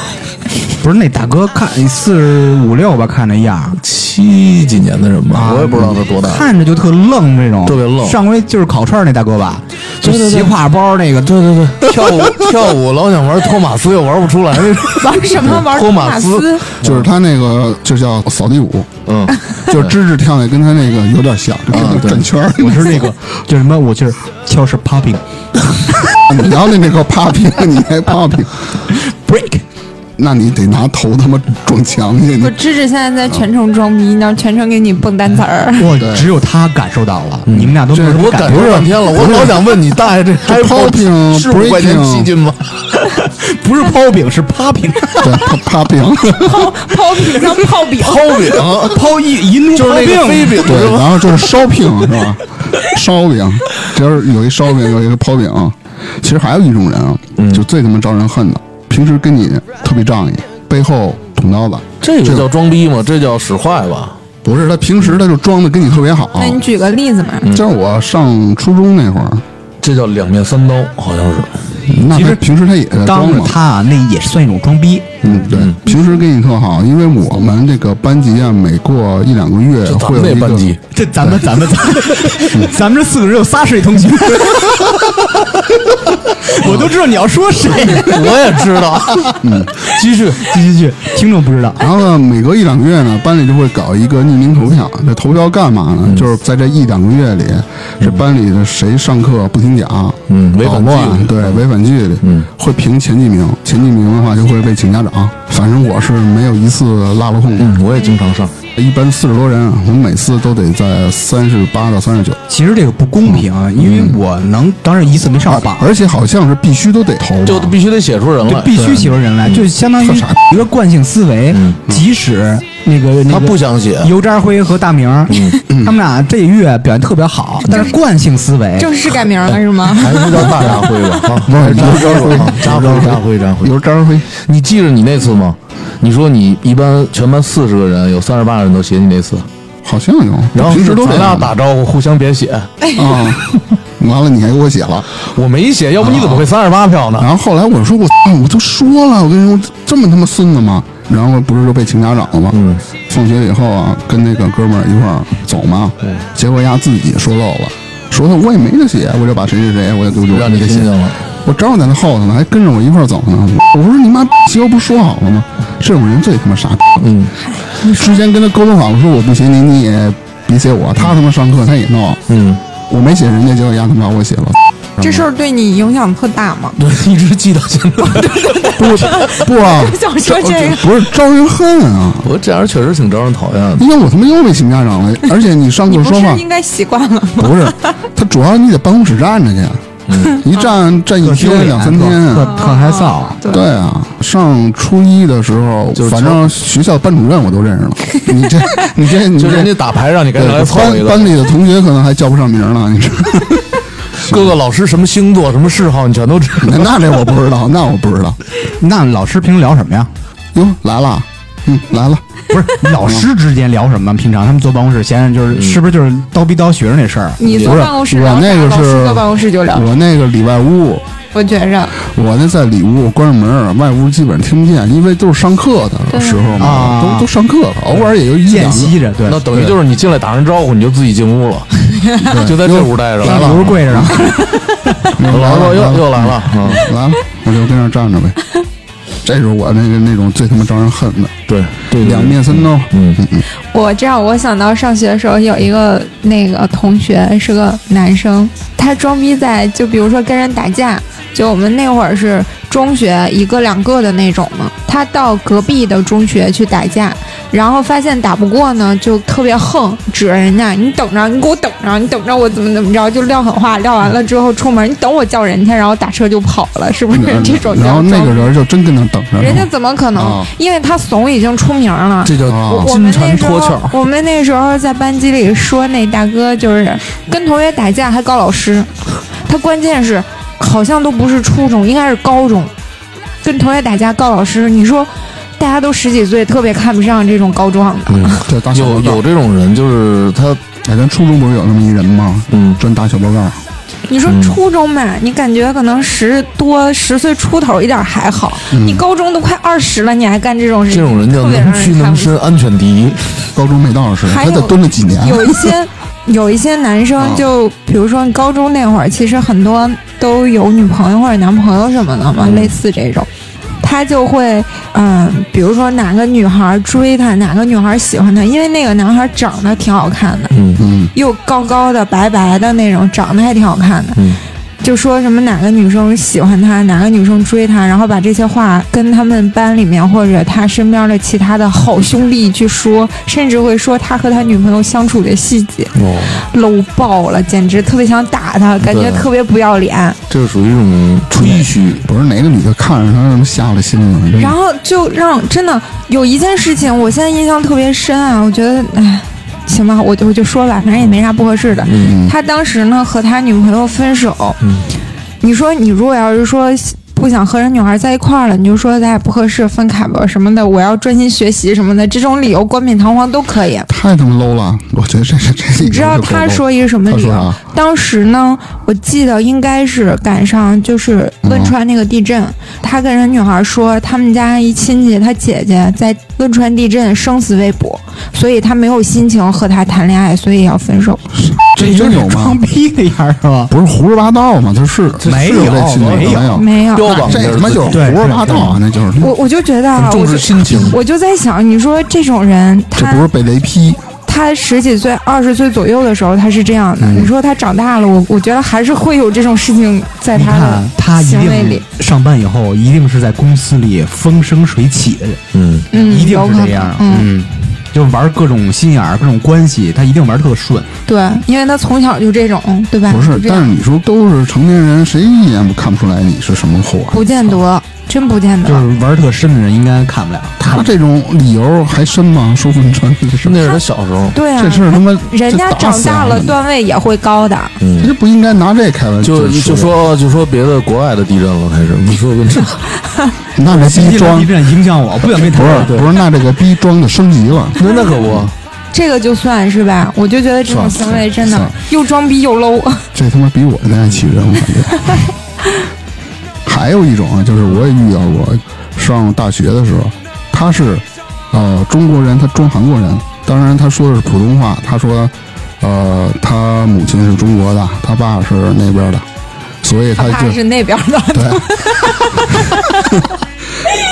Speaker 1: 不是那大哥看四十五六吧，看那样儿，
Speaker 3: 七几年的人吧，我也不知道他多大。
Speaker 1: 看着就特愣，这种
Speaker 3: 特别愣
Speaker 1: 上回就是烤串儿那大哥吧，就
Speaker 3: 对对对
Speaker 1: 斜挎包那个，
Speaker 3: 对对对，跳舞跳舞老想玩托马斯，又玩不出来。
Speaker 4: 玩什么玩
Speaker 3: 托
Speaker 4: 马
Speaker 3: 马斯
Speaker 4: 斯？
Speaker 2: 就是他那个，就叫扫地舞，
Speaker 3: 嗯，
Speaker 2: 就是芝芝跳那跟他那个有点像，就是转圈儿。
Speaker 1: 嗯我是那 个叫什么？我就是敲是 popping
Speaker 2: 你要那那个 popping，你还 popping，
Speaker 1: break，
Speaker 2: 那你得拿头他妈撞墙去。
Speaker 4: 不，
Speaker 3: 嗯
Speaker 2: 你
Speaker 4: 芝芝现在在全程装逼，然后全程给你蹦单词 儿。
Speaker 1: 我
Speaker 2: 对
Speaker 1: 只有他感受到了，你们俩都没有什么嗯
Speaker 3: 我
Speaker 1: 感
Speaker 3: 感受半天了，我老想问你大爷这还
Speaker 2: popping，
Speaker 3: 是五块钱
Speaker 2: breaking
Speaker 3: 七斤吗？
Speaker 1: 不是抛饼是 popping，
Speaker 2: 对，pop- popping，
Speaker 4: 抛饼上泡饼，
Speaker 3: 抛饼，
Speaker 1: 抛一一怒
Speaker 3: 就是那个飞饼
Speaker 2: 对
Speaker 3: 是，吧？
Speaker 2: 然后就是烧饼是吧？烧饼，就是有一烧饼，有一个抛饼。其实还有一种人啊，
Speaker 3: 嗯
Speaker 2: 就最他妈招人恨的，平时跟你特别仗义，背后捅刀子。
Speaker 3: 这
Speaker 2: 这
Speaker 3: 个叫装逼吗？这叫使坏吧？
Speaker 2: 不是他平时他就装的跟你特别好，
Speaker 4: 那你举个例子嘛？
Speaker 3: 嗯
Speaker 2: 就是我上初中那会儿，
Speaker 3: 这叫两面三刀，好像是。
Speaker 2: 那
Speaker 1: 其
Speaker 2: 他
Speaker 1: 实
Speaker 2: 平时他也在
Speaker 1: 当
Speaker 2: 装
Speaker 1: 着
Speaker 2: 嘛。
Speaker 1: 他啊，那也算一种装逼。
Speaker 2: 嗯，对，平时跟你特好，因为我们这个班级啊，每过一两个月
Speaker 3: 就咱
Speaker 2: 会
Speaker 3: 们
Speaker 2: 有一
Speaker 3: 那
Speaker 2: 个
Speaker 3: 班级，
Speaker 1: 这咱们咱们咱 们咱们这四个人有仨是一同 学，我都知道你要说谁。
Speaker 3: 我也知道。 嗯，继续。
Speaker 1: 继续继续，听众不知道，
Speaker 2: 然后呢，每隔一两个月呢，班里就会搞一个匿名投票。这投票干嘛
Speaker 3: 嗯
Speaker 2: 呢？就是在这一两个月里，这班里的谁上课不听讲，
Speaker 3: 嗯违反纪律
Speaker 2: 捣乱对，违反纪律，嗯，会评前几名，前几名的话就会被请家长。反正我是没有一次落了空的，
Speaker 3: 嗯，我也经常上。
Speaker 2: 一般四十多人，我每次都得在三十八到三十九。
Speaker 1: 其实这个不公平，啊，因为我能当然一次没上榜，
Speaker 2: 而且好像是必须都得投吧，
Speaker 3: 就必须得写出人
Speaker 1: 就
Speaker 3: 来，
Speaker 1: 必须
Speaker 3: 对
Speaker 1: 写出人来，就相当于
Speaker 2: 特傻逼
Speaker 1: 一个惯性思维。即使那个那
Speaker 3: 他
Speaker 1: 个
Speaker 3: 不想写，
Speaker 1: 油渣辉和大明儿，
Speaker 2: 嗯
Speaker 1: 他们俩这月表现特别好，但是惯性思维
Speaker 4: 正式改名了是吗？
Speaker 3: 还是叫大家辉吧？ 啊，
Speaker 2: 不是
Speaker 3: 扎
Speaker 2: 油
Speaker 3: 辉
Speaker 2: 渣辉
Speaker 3: 吧，扎辉，扎辉，扎辉。
Speaker 2: 由张辉
Speaker 3: 你记着你那次吗？你说你一般全班四十个人，有三十八人都写你那次，
Speaker 2: 好像有，
Speaker 3: 然后
Speaker 2: 平时都这
Speaker 3: 咱俩
Speaker 2: 样
Speaker 3: 打招呼，互相别写。
Speaker 2: 啊。完了，你还给我写了。
Speaker 3: 我没写，要不你怎么会三十八票呢
Speaker 2: 然？后后来我说我操我都说了，我跟你说这么他妈孙子吗？然后不是就被请家长了吗？
Speaker 3: 嗯，
Speaker 2: 放学以后啊，跟那个哥们儿一块儿走嘛，
Speaker 3: 对
Speaker 2: 结果丫自己说漏了，说他我也没得写，我就把谁谁谁我也给我
Speaker 3: 让你
Speaker 2: 给
Speaker 3: 听
Speaker 2: 写
Speaker 3: 见。了，
Speaker 2: 我正好在他后头呢，还跟着我一块儿走呢。我说你妈逼，媳妇不是说好了吗？这种人最他妈傻逼。
Speaker 3: 嗯，
Speaker 2: 之前跟他沟通好了，说我不写你，你也别写我。他他妈上课他也闹，
Speaker 3: 嗯，
Speaker 2: 我没写人家，结果丫他妈把我写 了。
Speaker 4: 这事儿对你影响特大吗？
Speaker 3: 对， 一直记到现在。
Speaker 2: 不不啊，
Speaker 3: 嗯
Speaker 4: 想说这个，
Speaker 2: 不是招人恨啊！
Speaker 3: 我这样确实挺招人讨厌的。
Speaker 2: 因为我他妈又被请家长了，而且你上
Speaker 4: 你
Speaker 2: 课
Speaker 4: 不
Speaker 2: 说
Speaker 4: 是
Speaker 2: 话
Speaker 4: 应该习惯了吗？
Speaker 2: 不是，他主要你在办公室站着去，
Speaker 3: 嗯
Speaker 2: 一
Speaker 4: 嗯
Speaker 2: 站站一
Speaker 1: 特丢
Speaker 2: 天
Speaker 1: 脸
Speaker 2: 两三
Speaker 1: 特
Speaker 2: 天
Speaker 1: 特
Speaker 2: 啊。
Speaker 1: 特害臊。
Speaker 2: 对啊，上初一的时候，
Speaker 3: 就是
Speaker 2: 反正学校班主任我都认识了。你 这你这你
Speaker 3: 就
Speaker 2: 这
Speaker 3: 人家打牌让你赶紧来
Speaker 2: 对
Speaker 3: 凑
Speaker 2: 班
Speaker 3: 一个
Speaker 2: 班，里的同学可能还叫不上名儿呢，你知 道。
Speaker 3: 各个老师什么星座、什么嗜好，你全都知 道。
Speaker 2: 那那这我不知道，那我不知道。
Speaker 1: 那老师平时聊什么呀？
Speaker 2: 哟，来了，嗯，来了，嗯
Speaker 1: 不是老师之间聊什么？平常他们坐办公室，闲着就是是不是就是叨逼叨学生那事儿？
Speaker 4: 你坐
Speaker 2: 不是
Speaker 4: 办公室
Speaker 2: 我
Speaker 4: 聊啥，
Speaker 2: 那个
Speaker 4: 老
Speaker 2: 是嗯
Speaker 4: 师坐办公室就聊，
Speaker 2: 我那个里外屋，
Speaker 4: 我觉着
Speaker 2: 我那在里屋关着门儿，外屋基本上听不见，因为都是上课的时候嘛，
Speaker 1: 啊
Speaker 2: 都都上课了，偶尔也就一
Speaker 1: 间
Speaker 2: 两个
Speaker 1: 隙着，对，
Speaker 3: 那等于就是你进来打声招呼，你就自己进屋了， 就在这屋待着
Speaker 1: 大
Speaker 3: 了。
Speaker 1: 不
Speaker 2: 啊
Speaker 1: 是跪着呢。
Speaker 2: 来
Speaker 3: 老
Speaker 2: 了
Speaker 3: 说嗯又又来了，嗯，
Speaker 2: 来了，我就跟那儿站着呗。这是我那个那种最他妈招人恨的，
Speaker 3: 对对，
Speaker 2: 两面三刀。
Speaker 3: 嗯，
Speaker 4: 我这样，我想到上学的时候有一个那个同学是个男生，他装逼在就比如说跟人打架，就我们那会儿是中学一个两个的那种嘛，他到隔壁的中学去打架，然后发现打不过呢，就特别横，指着人家，你等着，你给我等着，你等着我怎么怎么着，就撂狠话，撂完了之后出门，你等我叫人去，然后打车就跑了，是不是这种叫
Speaker 2: 嗯然后那
Speaker 4: 装
Speaker 2: 个人就真跟那儿等着，
Speaker 4: 人家怎么可能？
Speaker 2: 啊
Speaker 4: 因为他怂已经出名了。
Speaker 3: 嗯这叫
Speaker 2: 啊
Speaker 4: 我
Speaker 3: 金
Speaker 4: 们
Speaker 3: 蝉
Speaker 4: 那时
Speaker 3: 脱壳
Speaker 4: 候，我们那时候在班级里说那大哥就是跟同学打架还告老师，他关键是好像都不是初中，应该是高中，跟同学打架告老师，你说大家都十几岁，特别看不上这种告状的。
Speaker 2: 这大小报
Speaker 3: 有
Speaker 2: 告
Speaker 3: 有这种人，就是他，
Speaker 2: 哎，咱初中不是有那么一人吗？
Speaker 3: 嗯，
Speaker 2: 专打小报告，
Speaker 4: 你说
Speaker 3: 嗯
Speaker 4: 初中嘛，你感觉可能十多十岁出头一点还好，你高中都快二十了，你还干这种事
Speaker 3: 嗯
Speaker 4: 情，
Speaker 3: 这种人叫
Speaker 4: 特别让
Speaker 3: 能屈
Speaker 4: 人看
Speaker 3: 能
Speaker 4: 不起。
Speaker 3: 伸，安全第一。
Speaker 2: 高中没到时，他
Speaker 4: 还有
Speaker 2: 得蹲了啊几年。
Speaker 4: 有一些有一些男生就，比如说高中那会儿，其实很多都有女朋友或者男朋友什么的
Speaker 2: 嗯
Speaker 4: 嘛，类似这种。他就会，嗯、比如说哪个女孩追他，哪个女孩喜欢他，因为那个男孩长得挺好看的，
Speaker 3: 嗯
Speaker 2: 嗯，
Speaker 4: 又高高的、白白的那种，长得还挺好看的。
Speaker 3: 嗯
Speaker 4: 就说什么哪个女生喜欢他，哪个女生追他，然后把这些话跟他们班里面或者他身边的其他的好兄弟去说，甚至会说他和他女朋友相处的细节，
Speaker 3: 哦，
Speaker 4: 搂爆了，简直特别想打他，感觉
Speaker 3: 对
Speaker 4: 特别不要脸。
Speaker 3: 这是属于一种吹嘘。
Speaker 2: 不是哪个女的看着他，他妈下了心了。
Speaker 3: 嗯
Speaker 4: 然后就让真的有一件事情，我现在印象特别深啊，我觉得，哎，行吧，我就我就说吧，反正也没啥不合适的。
Speaker 3: 嗯
Speaker 4: 他当时呢和他女朋友分手，
Speaker 3: 嗯
Speaker 4: 你说你如果要是说不想和人女孩在一块儿了，你就说咱俩不合适，分开吧什么的，我要专心学习什么的，这种理由冠冕堂皇都可
Speaker 3: 嗯
Speaker 4: 以。
Speaker 2: 太他妈 low 了，我觉得这这这。
Speaker 4: 你知道他说一个什么
Speaker 2: 他
Speaker 4: 理
Speaker 2: 说
Speaker 4: 由？
Speaker 2: 啥？
Speaker 4: 当时呢，我记得应该是赶上就是汶川那个地震，他跟人女孩说，他们家一亲戚他姐姐在汶川地震生死未卜，所以他没有心情和他谈恋爱，所以要分手。
Speaker 2: 这真有吗
Speaker 1: 装？逼那样儿是吧？
Speaker 2: 不是胡说八道吗？他是
Speaker 1: 没
Speaker 2: 是
Speaker 1: 有
Speaker 2: 这亲戚
Speaker 1: 没有
Speaker 2: 有，
Speaker 4: 没有，
Speaker 3: 标榜
Speaker 2: 这
Speaker 3: 着
Speaker 2: 他妈就是
Speaker 1: 对
Speaker 2: 胡说八道啊！那就是
Speaker 4: 我我就觉得啊
Speaker 3: 很，
Speaker 4: 我
Speaker 3: 重
Speaker 4: 就
Speaker 3: 视心情。
Speaker 4: 我就在想，你说这种人，
Speaker 2: 这
Speaker 4: 他
Speaker 2: 不是被雷劈？
Speaker 4: 他十几岁、二十岁左右的时候，他是这样的。你说他长大了，我我觉得还是会有这种事情在
Speaker 1: 你
Speaker 4: 他
Speaker 1: 看他
Speaker 4: 的
Speaker 1: 一
Speaker 4: 行为里
Speaker 1: 定，上班以后一定是在公司里风生水起的人，
Speaker 3: 嗯，
Speaker 4: 嗯，
Speaker 1: 一定
Speaker 4: 有
Speaker 1: 是
Speaker 4: 可能
Speaker 1: 这样儿。
Speaker 4: 嗯，
Speaker 1: 嗯，就玩各种心眼儿、各种关系，他一定玩特顺。
Speaker 4: 对，因为他从小就这种，对吧？
Speaker 2: 不是
Speaker 4: 就，这样
Speaker 2: 但是你说都是成年人，谁一眼不看不出来你是什么货啊？
Speaker 4: 不见得，真不见
Speaker 1: 就
Speaker 4: 得。
Speaker 1: 是玩特深的人应该看不了。
Speaker 2: 他这种理由还深吗？说汶川这事儿，
Speaker 3: 那是他小时候，
Speaker 4: 对啊，
Speaker 2: 这事儿他妈
Speaker 4: 人家
Speaker 2: 这打
Speaker 4: 长
Speaker 2: 死
Speaker 4: 大
Speaker 2: 人
Speaker 4: 了，段位也会高的。
Speaker 2: 人
Speaker 3: 嗯，
Speaker 2: 家不应该拿这开玩笑
Speaker 3: 就，就说就说别的国外的地震了，开始你说问这，
Speaker 2: 那这
Speaker 1: 经
Speaker 2: 逼
Speaker 1: 济
Speaker 2: 装
Speaker 1: 地震影响我，我不想跟他
Speaker 2: 不是
Speaker 1: 玩。
Speaker 2: 不是，那这个逼装的升级了，
Speaker 3: 那那可不，
Speaker 4: 这个就算是吧，我就觉得这种行为真的
Speaker 2: 算
Speaker 4: 又装逼又 low。
Speaker 2: 这他妈比我的爱起人，我感觉。还有一种啊，就是我也遇到过，上大学的时候，他是呃中国人，他装韩国人，当然他说的是普通话，他说呃他母亲是中国的，他爸是那边的，所以他就
Speaker 4: 他是那边的，
Speaker 2: 对，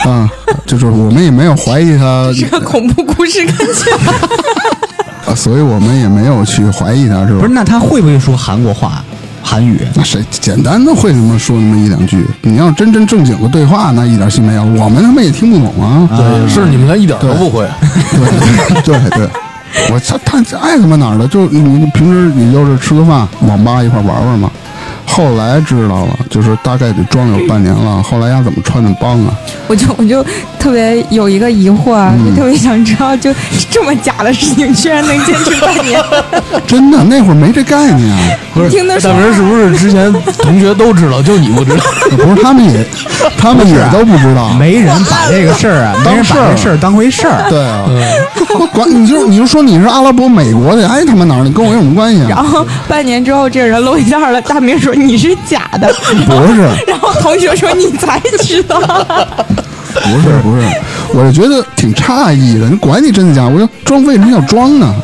Speaker 2: 啊、就是我们也没有怀疑他，
Speaker 4: 这个恐怖故事感觉。
Speaker 2: 呃所以我们也没有去怀疑他，是吧
Speaker 1: 不是，？那他会不会说韩国话、韩语？
Speaker 2: 那谁简单的会他妈说那么一两句？你要真真正经的对话，那一点戏没有，我们他妈也听不懂啊。
Speaker 3: 对，是你们连一点都不会，
Speaker 2: 对 对对，我他他爱他妈哪儿的，就你你平时你就是吃个饭，网吧一块玩玩嘛。后来知道了，就是大概得装有半年了。后来丫怎么穿的帮啊？
Speaker 4: 我就我就特别有一个疑惑，啊就特别想知道，就这么假的事情居然能坚持半年，
Speaker 2: 真的，那会儿没这概念啊，
Speaker 3: 不是
Speaker 4: 听他说
Speaker 3: 大明是不是之前同学都知道，就你不知道？
Speaker 2: 不是他们也，他们也都不知道。
Speaker 1: 没人把这个事儿啊，没人把这事儿当回事儿。
Speaker 2: 对啊，管你就你就说你是阿拉伯、美国的，哎他妈哪儿的，跟我有什么关系
Speaker 4: 然
Speaker 2: 啊？
Speaker 4: 后半年之后这人露一下了，大明说你是假的，
Speaker 2: 不是，
Speaker 4: 然后同学说你才知道，
Speaker 2: 不是，不是，我就觉得挺诧异的。你管你真的假，我说装为什么要装呢？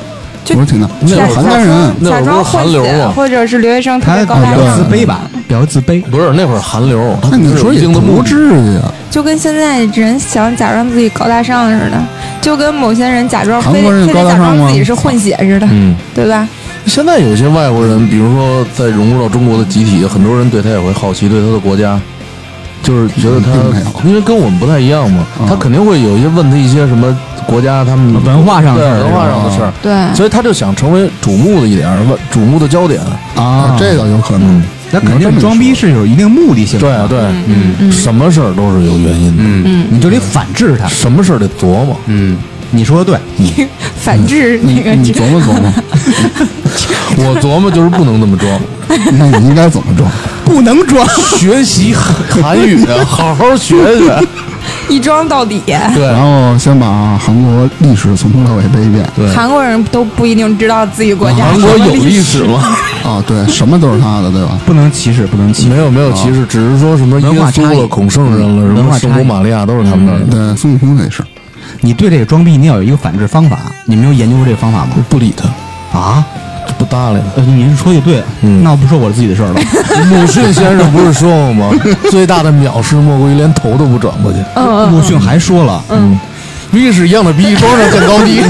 Speaker 2: 我
Speaker 4: 就
Speaker 2: 说挺的，我
Speaker 3: 那
Speaker 2: 是
Speaker 3: 会儿
Speaker 2: 邯郸人，
Speaker 3: 那会
Speaker 4: 假
Speaker 3: 儿不是
Speaker 4: 装
Speaker 3: 韩
Speaker 4: 混
Speaker 3: 流
Speaker 4: 血
Speaker 3: 吗
Speaker 4: 或者是留学生特
Speaker 1: 他
Speaker 4: 别
Speaker 1: 比
Speaker 4: 高大
Speaker 1: 较
Speaker 4: 上
Speaker 1: 自卑吧，
Speaker 2: 嗯
Speaker 1: 比较自卑。
Speaker 3: 不是啊那会儿韩流，
Speaker 2: 那你说也
Speaker 3: 经的
Speaker 2: 不至于啊。
Speaker 4: 就跟现在人想假装自己高大上似的，就跟某些人假装
Speaker 2: 韩
Speaker 4: 非
Speaker 2: 国人
Speaker 4: 得非得
Speaker 2: 高大
Speaker 4: 假
Speaker 2: 上吗
Speaker 4: 装自己是混血似的，
Speaker 3: 嗯，
Speaker 4: 对吧？
Speaker 3: 现在有些外国人，比如说在融入到中国的集体，很多人对他也会好奇，对他的国家，就是觉得他
Speaker 2: 嗯并没有，
Speaker 3: 因为跟我们不太一样嘛，他肯定会有一些问他一些什么国家他们
Speaker 1: 文化上的
Speaker 3: 对
Speaker 1: 事儿
Speaker 3: 文化上的事儿，
Speaker 4: 对，
Speaker 3: 所以他就想成为瞩目的一点儿，瞩目的焦点。
Speaker 2: 啊，这倒有可能。
Speaker 1: 嗯那肯
Speaker 2: 你要这
Speaker 1: 定
Speaker 2: 么
Speaker 1: 装逼是有一定目的性的，
Speaker 3: 对对，嗯，什么事儿都是有原因的，
Speaker 1: 嗯，你就得反制他。
Speaker 3: 什么事儿得琢磨。
Speaker 1: 嗯，你说的对，
Speaker 4: 反制
Speaker 2: 你
Speaker 4: 那个
Speaker 2: 嗯你琢磨琢磨，
Speaker 3: 我琢磨就是不能这么装，
Speaker 2: 那你应该怎么装？
Speaker 1: 不能装。
Speaker 3: 学习韩韩语啊， 好好学学。
Speaker 4: 一装到底。
Speaker 3: 对
Speaker 2: 然后先把韩国历史从头到尾背一遍
Speaker 3: 对，
Speaker 4: 韩国人都不一定知道自己国家
Speaker 3: 韩
Speaker 4: 什
Speaker 3: 国
Speaker 4: 么
Speaker 3: 有
Speaker 4: 历
Speaker 3: 历史吗？
Speaker 2: 啊，对，什么都是他的，对吧？
Speaker 1: 不能歧视，不能歧
Speaker 3: 没
Speaker 1: 视。
Speaker 3: 有没有歧视，只是说什么耶
Speaker 1: 啊文化
Speaker 3: 稣
Speaker 1: 差异
Speaker 3: 了、孔圣人了、什
Speaker 1: 文
Speaker 3: 么
Speaker 1: 化
Speaker 3: 圣
Speaker 1: 差
Speaker 3: 母
Speaker 1: 异嗯
Speaker 3: 玛利亚都是他们那儿的，
Speaker 2: 对，孙悟空也是，
Speaker 1: 你对这个装逼，你要有一个反制方法。你们有研究过这个方法吗？
Speaker 3: 不理他，
Speaker 1: 啊，
Speaker 3: 不搭理
Speaker 1: 呃，
Speaker 3: 他。
Speaker 1: 您说的对，
Speaker 3: 嗯
Speaker 1: 那我不说我自己的事儿了。
Speaker 3: 鲁迅先生不是说 过吗？最大的藐视莫过于连头都不转过去。
Speaker 1: 鲁迅还说了，
Speaker 3: 历史一样的逼，装上见高 低。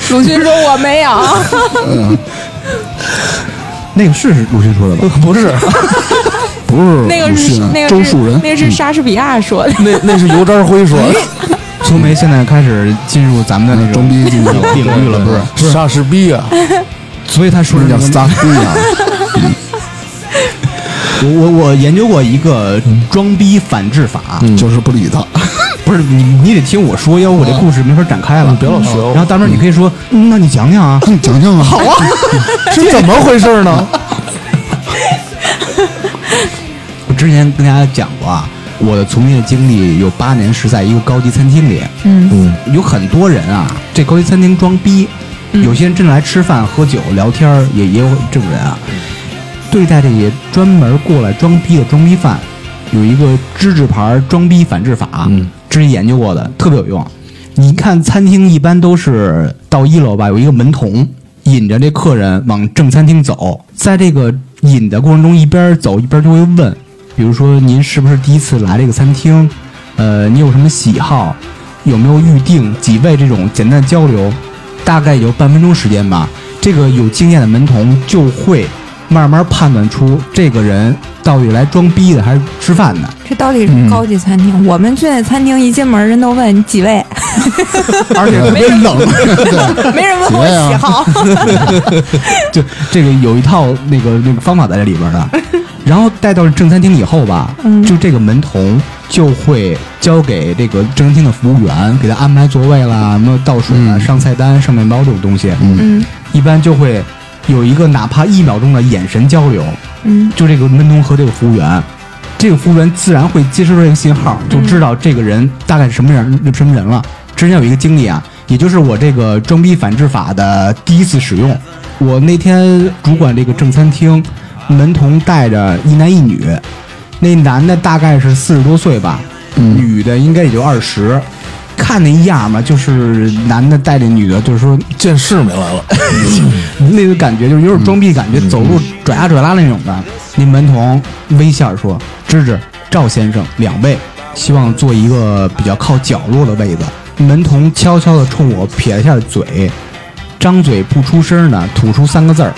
Speaker 4: 史。鲁迅说我没 有，
Speaker 1: 那个呃是鲁迅说的吧？
Speaker 3: 不是，
Speaker 2: 不是
Speaker 4: 那个
Speaker 2: 鲁
Speaker 4: 是
Speaker 2: 迅啊
Speaker 4: 那个
Speaker 2: 周
Speaker 4: 是
Speaker 2: 树人，
Speaker 4: 那个是莎士比亚说的。
Speaker 3: 那那是油渣辉说的。
Speaker 1: 哎苏梅现在开始进入咱们的那种
Speaker 2: 装逼进入
Speaker 1: 领域了，不是？
Speaker 3: 莎士比亚，
Speaker 1: 哎所以他说
Speaker 2: 那
Speaker 1: 的这
Speaker 2: 叫
Speaker 1: 个
Speaker 2: 撒逼 啊，
Speaker 1: 我我我研究过一个装逼反制法，
Speaker 2: 就是不理他。
Speaker 1: 不是你你得听我说，要不我这故事没法展开了。
Speaker 3: 嗯别老学我
Speaker 1: 然后大明，你可以说，哦嗯那你讲讲啊。
Speaker 2: 那你讲讲啊，好啊，
Speaker 3: 是怎么回事呢？
Speaker 1: 我之前跟大家讲过啊，我的从业经历有八年是在一个高级餐厅里，
Speaker 3: 嗯，
Speaker 1: 有很多人啊，这高级餐厅装逼，有些人真来吃饭、喝酒、聊天儿，也也有这种人啊。对待这些专门过来装逼的装逼犯，有一个知识牌儿装逼反制法，
Speaker 3: 嗯
Speaker 1: 之前研究过的，特别有用。你看餐厅一般都是到一楼吧，有一个门童引着这客人往正餐厅走，在这个引的过程中，一边走一边就会问，比如说您是不是第一次来这个餐厅？呃，你有什么喜好？有没有预定几位这种简单的交流，大概也就半分钟时间吧。这个有经验的门童就会慢慢判断出这个人到底来装逼的还是吃饭的。
Speaker 4: 这到底是高级餐厅？我们去那餐厅一进门，人都问你 几位，
Speaker 1: 而且特别冷，
Speaker 4: 没人问我
Speaker 2: 啊
Speaker 4: 喜好。
Speaker 1: 就这个有一套那个那个方法在这里边 的。然后带到正餐厅以后吧，
Speaker 4: 嗯
Speaker 1: 就这个门童就会交给这个正餐厅的服务员，给他安排座位啦，什么倒数啊、上菜单、上面包这种东西。
Speaker 4: 嗯
Speaker 1: 一般就会有一个哪怕一秒钟的眼神交流，
Speaker 4: 嗯
Speaker 1: 就这个门童和这个服务员，这个服务员自然会接收到这个信号，就知道这个人大概是什么人什么人了。之前有一个经历啊，也就是我这个装逼反制法的第一次使用。我那天主管这个正餐厅，门童带着一男一女，那男的大概是四十多岁吧，女的应该也就二十。看那样儿嘛，就是男的带着女的，就是说
Speaker 3: 见世面来了，
Speaker 1: 那个感觉就是有点装逼感觉，走路拽呀拽拉那种的。那门童微笑说：“芝芝，赵先生，两位，希望坐一个比较靠角落的位子。”门童悄悄地冲我撇了一下嘴，张嘴不出声的吐出三个字儿：“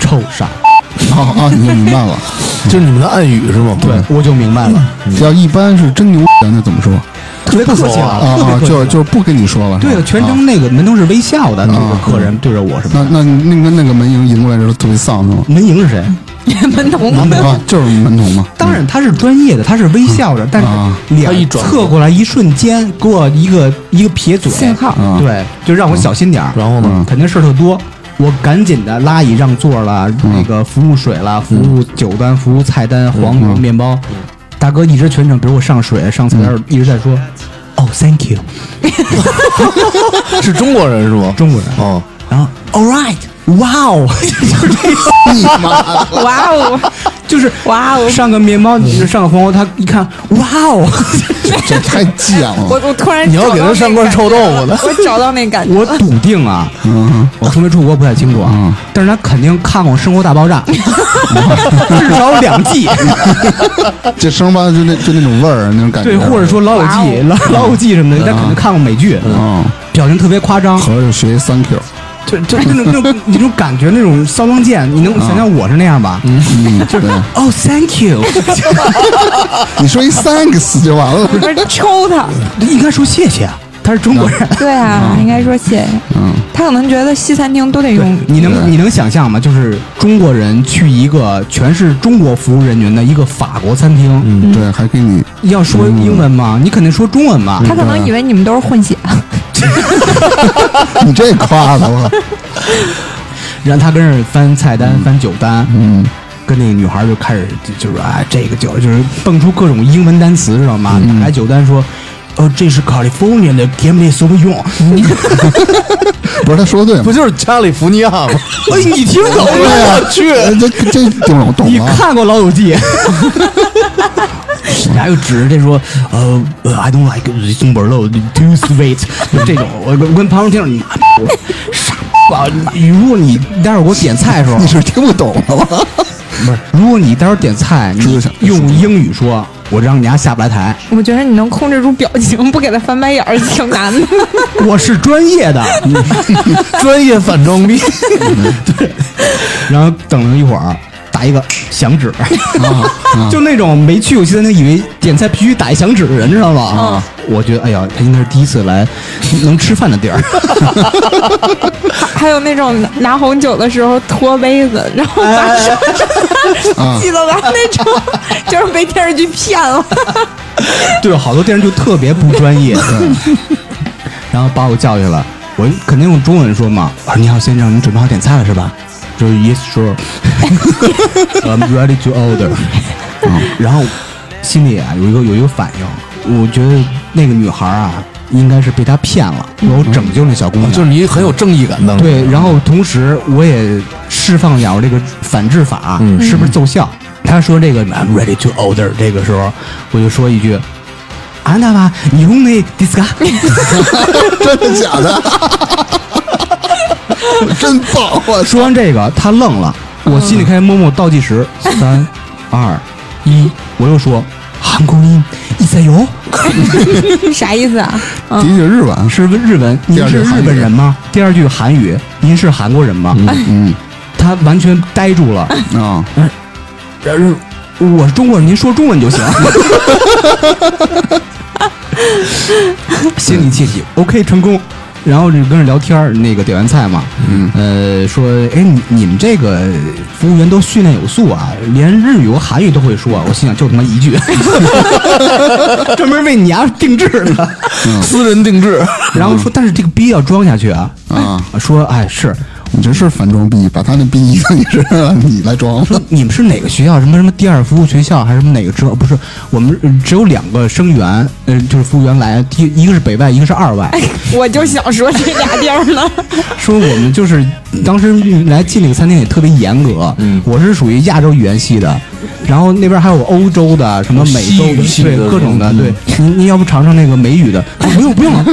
Speaker 1: 臭傻
Speaker 2: 好啊，你就明白了。
Speaker 3: 就是你们的暗语是吗？”，
Speaker 2: 嗯
Speaker 1: 我就明白了。
Speaker 2: 啊要一般是真牛，咱就怎么说？
Speaker 1: 特别客气
Speaker 3: 不熟
Speaker 1: 了
Speaker 3: 啊
Speaker 2: 啊
Speaker 1: 特别
Speaker 2: 啊，
Speaker 1: 客气
Speaker 2: 就
Speaker 1: 了
Speaker 2: 就不跟你说了。是吧
Speaker 1: 对啊了，全程那个门都是微笑的，那个
Speaker 2: 啊
Speaker 1: 客人对着我什么
Speaker 2: 那那那个那个门迎迎过来的时候特别丧 是吗？
Speaker 1: 门迎是谁？
Speaker 4: 门童
Speaker 1: 门童
Speaker 2: 啊，就是门童嘛。
Speaker 1: 当然他是专业的，他是微笑着，但
Speaker 2: 啊
Speaker 1: 是
Speaker 3: 他一
Speaker 1: 脸
Speaker 3: 转
Speaker 1: 侧过来一瞬间给我一个一个撇嘴，
Speaker 4: 信号，
Speaker 2: 啊，
Speaker 1: 对，就让我小心点儿。嗯
Speaker 3: 然后呢，
Speaker 1: 肯定事儿特多。我赶紧的拉椅让座了，那个服务水了，服务酒单，服务菜单，黄油、面包。大哥一直全程，比如我上水、上菜单，一直在说：“哦，thank you，
Speaker 3: 嗯是中国人是吗？
Speaker 1: 中国人。哎
Speaker 3: 哦，”
Speaker 1: 然后，all right，哇哦，就是这个
Speaker 4: 哇哦，
Speaker 1: 就是
Speaker 4: 哇哦
Speaker 1: 上个面包，上个黄油，他一看，哇哦，
Speaker 2: 这太贱
Speaker 4: 我
Speaker 2: 了。
Speaker 4: 我突然
Speaker 3: 你要给他上罐臭豆腐呢
Speaker 4: 呢， 我找到那感 觉
Speaker 1: 我笃定啊，
Speaker 2: 嗯，
Speaker 1: 我出没出国不太清楚啊
Speaker 2: 嗯，
Speaker 1: 但是他肯定看过《生活大爆炸》， 至少两季。
Speaker 2: 这生吧就那就那种味儿，那种感觉。
Speaker 1: 对，或者说《老友
Speaker 4: 哦
Speaker 1: 记》嗯老《老友记》什么的，他肯定看过美剧，嗯
Speaker 2: 啊，
Speaker 1: 表情特别夸张，
Speaker 2: 合着学一三 Q，
Speaker 1: 就就那种那 种那种感觉，那种骚浪贱，你能想象我是那样吧？
Speaker 2: 嗯，对，
Speaker 1: 哦，Thank you，
Speaker 2: 你说一 thanks 就完了。
Speaker 4: 不是抽他，
Speaker 1: 应该说谢谢啊，他是中国人。
Speaker 4: 对啊，应该说谢谢。
Speaker 2: 嗯，
Speaker 4: 他可能觉得西餐厅都得
Speaker 1: 对
Speaker 4: 用，
Speaker 3: 嗯
Speaker 1: 你能你能想象吗？就是中国人去一个全是中国服务人员的一个法国餐厅，
Speaker 2: 对，还给你
Speaker 1: 要说英文吗？你肯定说中文吧？
Speaker 4: 他可能以为你们都是混血，啊
Speaker 2: 你这夸的我，
Speaker 1: 然后他跟着翻菜单、翻酒单，
Speaker 2: 嗯，
Speaker 1: 跟那个女孩就开始就就是啊，这个酒就是蹦出各种英文单词，知道吗？打开酒单说，哦，这是 California 的 g a m b l s o v i g n
Speaker 2: 不是他说的对吗
Speaker 3: 不？就是加利福尼亚吗？
Speaker 1: 哎，你听懂
Speaker 2: 对
Speaker 1: 了？
Speaker 2: 呀，
Speaker 3: 去
Speaker 2: 这这懂了，懂啊
Speaker 1: 你
Speaker 2: 了。
Speaker 1: 看过《老友 记》？然后又指着这说，呃、i don't like this b e l o w too sweet，就这种。我我跟旁边听着，你妈逼我傻吧？你如果你待会儿给我点菜的时候
Speaker 2: 你，是听不懂啊了吧？
Speaker 1: 不是，如果你待会儿点菜，
Speaker 2: 知道
Speaker 1: 你
Speaker 2: 想
Speaker 1: 用英语说，我让你家下不来台。
Speaker 4: 我觉得你能控制住表情，不给他翻白眼儿挺难的。
Speaker 1: 我是专业的。
Speaker 3: 专业反装逼，
Speaker 1: 然后等了一会儿，打一个响指，
Speaker 2: 啊
Speaker 1: 就那种没去过西餐厅以为点菜必须打一响指的人，知道吗？啊，我觉得哎呀，他应该是第一次来能吃饭的地儿。
Speaker 4: 还有那种拿红酒的时候拖杯子，然后
Speaker 3: 哎
Speaker 4: 把手
Speaker 3: 嗯
Speaker 2: 啊
Speaker 4: 记得吧？那种就是被电视剧骗了。
Speaker 1: 对，好多电视剧特别不专 业，嗯然后把我叫去了，我肯定用中文说嘛。我说你好，先生，你准备好点菜了是吧？就是 Yes, sure. I'm ready to order. 嗯，然后心里啊有一个有一个反应，我觉得那个女孩啊应该是被他骗了，我拯救那小姑娘。
Speaker 3: 哦就是你很有正义
Speaker 2: 嗯
Speaker 3: 感当时。
Speaker 1: 对，然后同时我也释放了我这个反制法，
Speaker 3: 嗯
Speaker 1: 是不是奏效？他说这个 I'm ready to order 这个时候，我就说一句。啊，那吧，你用那 disca，
Speaker 2: 真的假 的？真棒！我
Speaker 1: 说完这个，他愣了，
Speaker 2: 嗯
Speaker 1: 我心里开始默默倒计时，三、二、一，我又说韩国音一塞油，
Speaker 4: 啥意思啊？
Speaker 2: 的确日本是，
Speaker 1: 是日文，
Speaker 2: 嗯第
Speaker 1: 您
Speaker 2: 二句
Speaker 1: 是
Speaker 2: 韩
Speaker 1: 日
Speaker 2: 语
Speaker 1: 本人吗？第二句韩语，您是韩国人吗？
Speaker 2: 嗯
Speaker 1: 他完全呆住了，
Speaker 2: 啊，
Speaker 1: 然后我是中国人，您说中文就行。心里窃喜，OK 成功。然后就跟人聊天儿，那个点完菜嘛，嗯，呃，说，哎，你你们这个服务员都训练有素啊，连日语和韩语都会说啊。我心想，就他妈一 句，专门为你丫定制的。
Speaker 3: 私人定制，
Speaker 1: 然后说，但是这个逼要装下去啊。
Speaker 2: 啊
Speaker 1: 说，哎，是，
Speaker 2: 你这是反装逼，把他那逼移到你身上，你来装。
Speaker 1: 说你们是哪个学校？什么什么第二服务学校还是什么哪个职？不是，我们呃只有两个生源，呃，就是服务员来，第一个是北外，一个是二 外。
Speaker 4: 哎我就想说这俩地儿呢，
Speaker 1: 说我们就是当时来进那个餐厅也特别严格，
Speaker 3: 嗯
Speaker 1: 我是属于亚洲语言系的，然后那边还有欧洲的，什么美洲
Speaker 3: 西语系
Speaker 1: 对
Speaker 3: 的
Speaker 1: 各种的，
Speaker 3: 嗯
Speaker 1: 对，您您要不尝尝那个美语 的？啊不用 不用了，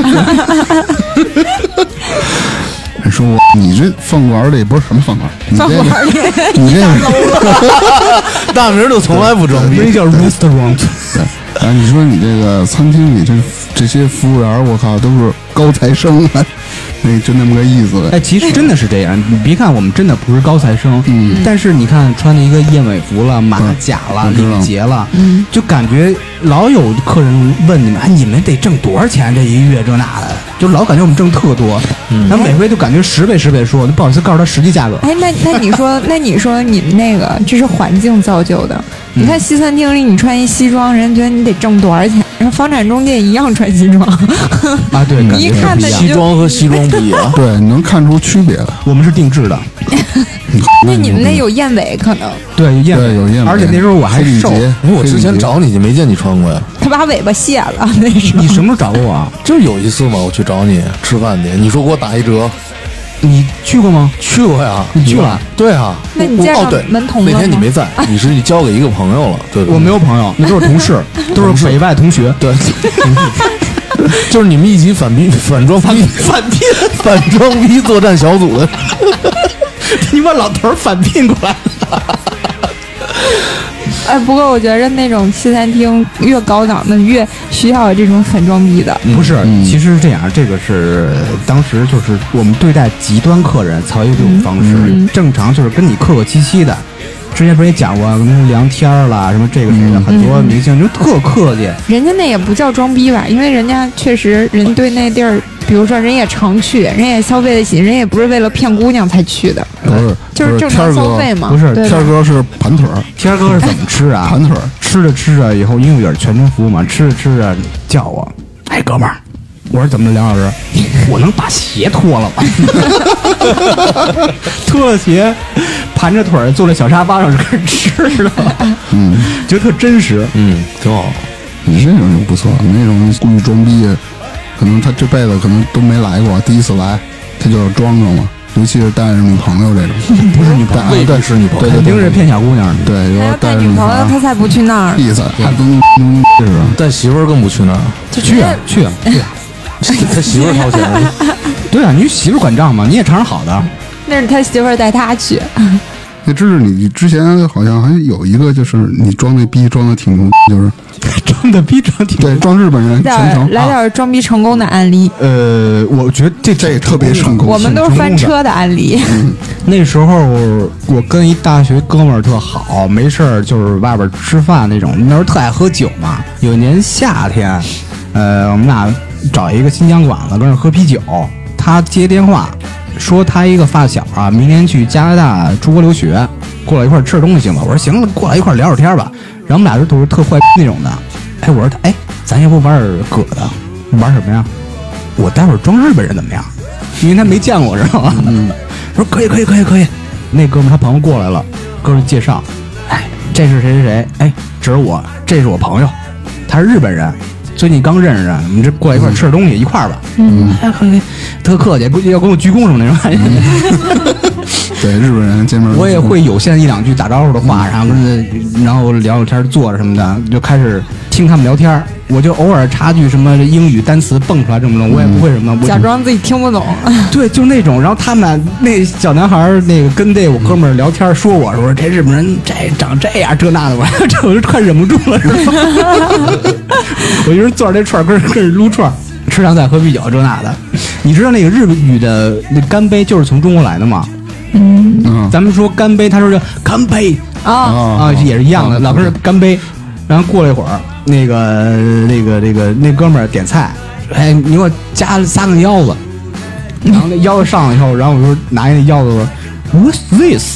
Speaker 2: 你说我，你这饭馆里不是什么饭馆，你 这个， 你这个，
Speaker 3: 大明儿就从来 不装
Speaker 1: 那
Speaker 3: 逼。
Speaker 1: 叫 restaurant。
Speaker 2: 对，然后你说你这个餐厅里这这些服务员，我靠，都是高材生啊，那就那么个意思呗。
Speaker 1: 哎，其实真的是这样，你别看我们真的不是高材生，
Speaker 2: 嗯
Speaker 1: 但是你看穿的一个燕尾服了、马甲了、
Speaker 2: 我知道。
Speaker 1: 领结了，
Speaker 4: 嗯，
Speaker 1: 就感觉老有客人问你们，哎，你们得挣多少钱这一月这那的，就老感觉我们挣特多，嗯，然后每回就感觉十倍十倍说，我就不好意思告诉他实际价格。
Speaker 4: 哎，那那你说，那你说你们那个，这是环境造就的。你看西餐厅里，你穿一西装，人家觉得你得挣多少钱？然后房产中介一样穿西装，
Speaker 1: 啊，对，感觉
Speaker 4: 一看
Speaker 1: 是不
Speaker 4: 他
Speaker 1: 一样
Speaker 4: 就
Speaker 3: 西装和西装不一
Speaker 1: 啊
Speaker 3: 样
Speaker 2: 对，你能看出区别来。
Speaker 1: 我们是定制的，
Speaker 4: 那你们那有燕尾可能，
Speaker 1: 对，燕尾，
Speaker 2: 对有燕尾
Speaker 1: 而且那时候我还
Speaker 2: 黑领
Speaker 1: 瘦，
Speaker 2: 结
Speaker 3: 因为我之前找你，你没见你穿过呀？
Speaker 4: 他把尾巴卸了，那是
Speaker 1: 你什么时候找过我啊？
Speaker 3: 就是有一次嘛，我去找你吃饭去，你说给我打一折，
Speaker 1: 你去过吗？
Speaker 3: 去过呀？
Speaker 1: 你去
Speaker 3: 忘
Speaker 1: 了？
Speaker 3: 对啊。
Speaker 4: 那你
Speaker 3: 我
Speaker 4: 见
Speaker 3: 哦
Speaker 4: 上
Speaker 3: 对，
Speaker 4: 门童了
Speaker 3: 那天你
Speaker 4: 吗
Speaker 3: 没在，你是你交给一个朋友了，对对对
Speaker 1: 我没有朋友，那都是同事，都是北外同学。
Speaker 3: 对，就是你们一起反逼反装逼反逼反装逼作战小组的。
Speaker 1: 你把老头儿反聘过来，
Speaker 4: 哎，不过我觉着那种西餐厅越高档的越需要这种反装逼的。
Speaker 1: 不是？其实是这样，这个是当时就是我们对待极端客人才有这种方式，正常就是跟你客客气气的。之前不是也讲过跟梁天儿啦，什么这个谁的，很多明星就特客气，
Speaker 4: 人家那也不叫装逼吧，因为人家确实人对那地儿，比如说人也常去，人也消费得起，人也不是为了骗姑娘才去的，
Speaker 2: 不是，
Speaker 4: 就
Speaker 2: 不
Speaker 4: 是正
Speaker 2: 天儿
Speaker 4: 常消
Speaker 2: 哥，
Speaker 4: 费嘛。
Speaker 1: 不是
Speaker 4: 对
Speaker 2: 天
Speaker 4: 吧
Speaker 2: 儿哥是盘腿儿，
Speaker 1: 天儿哥是怎么吃 啊？
Speaker 2: 盘腿儿。
Speaker 1: 吃着吃着以后，因为我也是全程服务嘛，吃着吃着叫我，哎哥们儿，我说怎么了梁老师？ 我能把鞋脱了吗？ 脱了鞋，盘着腿儿坐在小沙发上就开始吃了，
Speaker 2: 嗯，
Speaker 1: 觉得特真实。
Speaker 3: 嗯，挺好。
Speaker 2: 你这种就不错，你那种故意装逼，可能他这辈子可能都没来过，第一次来他就要装上了，尤其是带着女朋友这种，不是女朋友，
Speaker 3: 未 必
Speaker 2: 对，
Speaker 3: 是女朋友
Speaker 2: 对
Speaker 1: 肯
Speaker 2: 对
Speaker 1: 定
Speaker 2: 对，
Speaker 1: 是骗小姑娘的。
Speaker 2: 对，
Speaker 4: 他
Speaker 2: 然
Speaker 4: 要
Speaker 2: 后带
Speaker 4: 带
Speaker 2: 着
Speaker 4: 女
Speaker 2: 女
Speaker 4: 朋
Speaker 2: 朋
Speaker 4: 友，
Speaker 2: 友
Speaker 4: 他才不去那儿。
Speaker 2: 意思，还东东这是
Speaker 3: 但媳妇儿更不去那 儿，
Speaker 1: 去啊去啊去啊！
Speaker 3: 他媳妇儿掏钱。
Speaker 1: 对啊，你媳妇儿管账嘛，你也尝尝好的。
Speaker 4: 那是他媳妇儿带他去，
Speaker 2: 那哎这是你之前好像还有一个，就是你装那逼装的挺牛，就是
Speaker 1: 装的逼装挺
Speaker 2: 对装日本人
Speaker 4: 点
Speaker 2: 全
Speaker 4: 儿
Speaker 2: 程
Speaker 4: 来点
Speaker 2: 啊，
Speaker 4: 儿装逼成功的案例，
Speaker 1: 呃，我觉得这
Speaker 2: 这也特别成功。
Speaker 4: 我们都是翻
Speaker 1: 成功
Speaker 4: 车的案例。
Speaker 1: 那时候我跟一大学哥们儿特好，没事儿就是外边吃饭那种。那时候特爱喝酒嘛。有一年夏天，呃，我们俩找一个新疆馆子跟那儿喝啤酒，他接电话说他一个发小啊，明年去加拿大出国留学，过来一块儿吃点东西行吗？我说行了，过来一块儿聊会儿天儿吧。然后我们俩就都是特坏那种的。哎，我说哎，咱要不玩点葛的？玩什么呀？我待会儿装日本人怎么样？因为他没见过，知道吗？说可以，可以，可以，可以。那哥们儿他朋友过来了，哥们儿介绍，哎，这是谁谁谁，哎，这是我，这是我朋友，他是日本人，最近刚认识的，我们这过来一块儿吃点东西，一块儿吧。嗯，哎，可以，可以特客气，估计要跟我鞠躬什么那种感觉。
Speaker 2: 对日本人见面，
Speaker 1: 我也会有限一两句打招呼的话，然后跟他，然后聊聊天儿、坐着什么的，就开始听他们聊天儿。我就偶尔插句什么英语单词蹦出来这么弄，我也不会什么，我就
Speaker 4: 假装自己听不懂，
Speaker 1: 对，就那种。然后他们那小男孩儿那个跟那我哥们儿聊天儿说我说这日本人这长这样这那的，我 这我就快忍不住了，是吧？ 我一人攥着这串儿跟人跟人撸串儿，吃凉菜喝啤酒这那的。你知道那个日语的那干杯就是从中国来的吗？
Speaker 2: 嗯
Speaker 1: 咱们说干杯，他说叫干杯
Speaker 4: 啊，
Speaker 1: 啊，也是一样的，老跟人干杯。然后过了一会儿，那个那个那个那哥们儿点菜，哎，你给我加三个腰子。然后那腰子上了以后，然后我就拿一那腰子我说，What's this？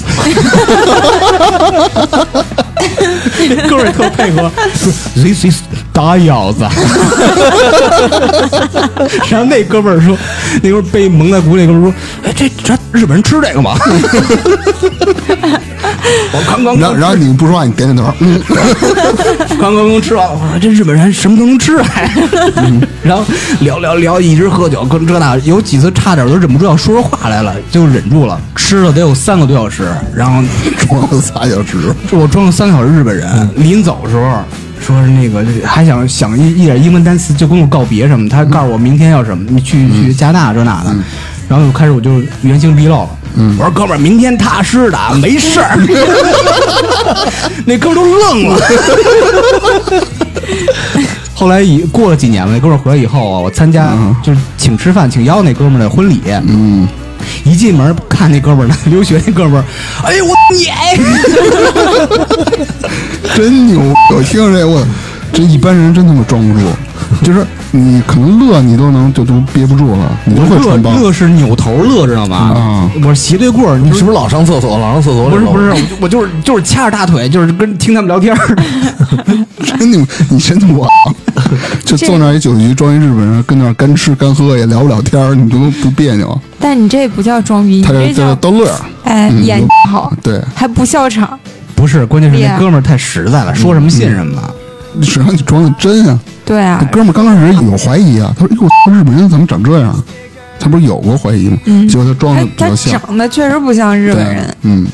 Speaker 1: 那哥们儿特配合，说 This is 大腰子。然后那哥们儿说，那哥们儿被蒙在鼓里，那哥们儿说，哎，这这日本人吃这个吗？ 我刚刚
Speaker 2: 然后然后你不说话，你点点头，嗯，
Speaker 1: 刚刚刚吃完，我说这日本人什么都能吃还， 然后聊聊聊，一直喝酒，跟这那，有几次差点都忍不住要说出话来了，就忍住了，吃了得有三个多小时，然后
Speaker 2: 装了仨小时，
Speaker 1: 这我装了三个小时日本人，
Speaker 2: 嗯
Speaker 1: 临走的时候说是那个还想想一一点英文单词，就跟我告别什么，他
Speaker 2: 嗯
Speaker 1: 告诉我明天要什么，你去去加拿大这那的，然后我开始我就原形毕露了。
Speaker 2: 嗯
Speaker 1: 我说哥们儿，明天踏实的，没事 儿。那哥们儿都愣了。后来一过了几年了，那哥们儿回来以后啊，我参加
Speaker 2: 嗯
Speaker 1: 就是请吃饭请邀那哥们儿的婚礼，
Speaker 2: 嗯，
Speaker 1: 一进门看那哥们儿呢， 留学那哥们儿，哎呦我你哎，
Speaker 2: 真牛！我听着这我，这一般人真他妈装不住，就是你可能乐你都能就都憋不住了，你都会
Speaker 1: 我乐
Speaker 2: 穿帮。
Speaker 1: 乐是扭头乐，知道吗？我斜对过儿，你
Speaker 3: 你
Speaker 1: 是
Speaker 3: 是
Speaker 1: 不是
Speaker 3: 不是老上厕所？老上厕所？
Speaker 1: 啊不是不是，我就我就是就是掐着大腿，就是跟听他们聊天儿。
Speaker 2: 真牛！你真他妈 棒，就坐那儿一酒局，装一日本人，跟那儿干吃干喝也聊不了天儿，你都不别扭。
Speaker 4: 但你这不叫装逼，你
Speaker 2: 他这
Speaker 4: 这
Speaker 2: 这
Speaker 4: 叫
Speaker 2: 逗乐儿，
Speaker 4: 哎
Speaker 2: 嗯
Speaker 4: 演
Speaker 2: 有
Speaker 4: 技好，
Speaker 2: 对，
Speaker 4: 还不笑场。
Speaker 1: 不是，关键是
Speaker 4: 对
Speaker 1: 那
Speaker 4: 呀
Speaker 1: 哥们儿太实在了，说什么信什么。
Speaker 2: 谁让你装的真啊？
Speaker 4: 对
Speaker 2: 这
Speaker 4: 啊，
Speaker 2: 哥们儿刚开始有怀疑啊，他说：“哟，日本人怎么长这样？”啊他不是有过怀疑吗？
Speaker 4: 嗯
Speaker 2: 结果他装
Speaker 4: 他
Speaker 2: 的比
Speaker 4: 他
Speaker 2: 较像
Speaker 4: 长得确实不像日本人
Speaker 2: 对，嗯，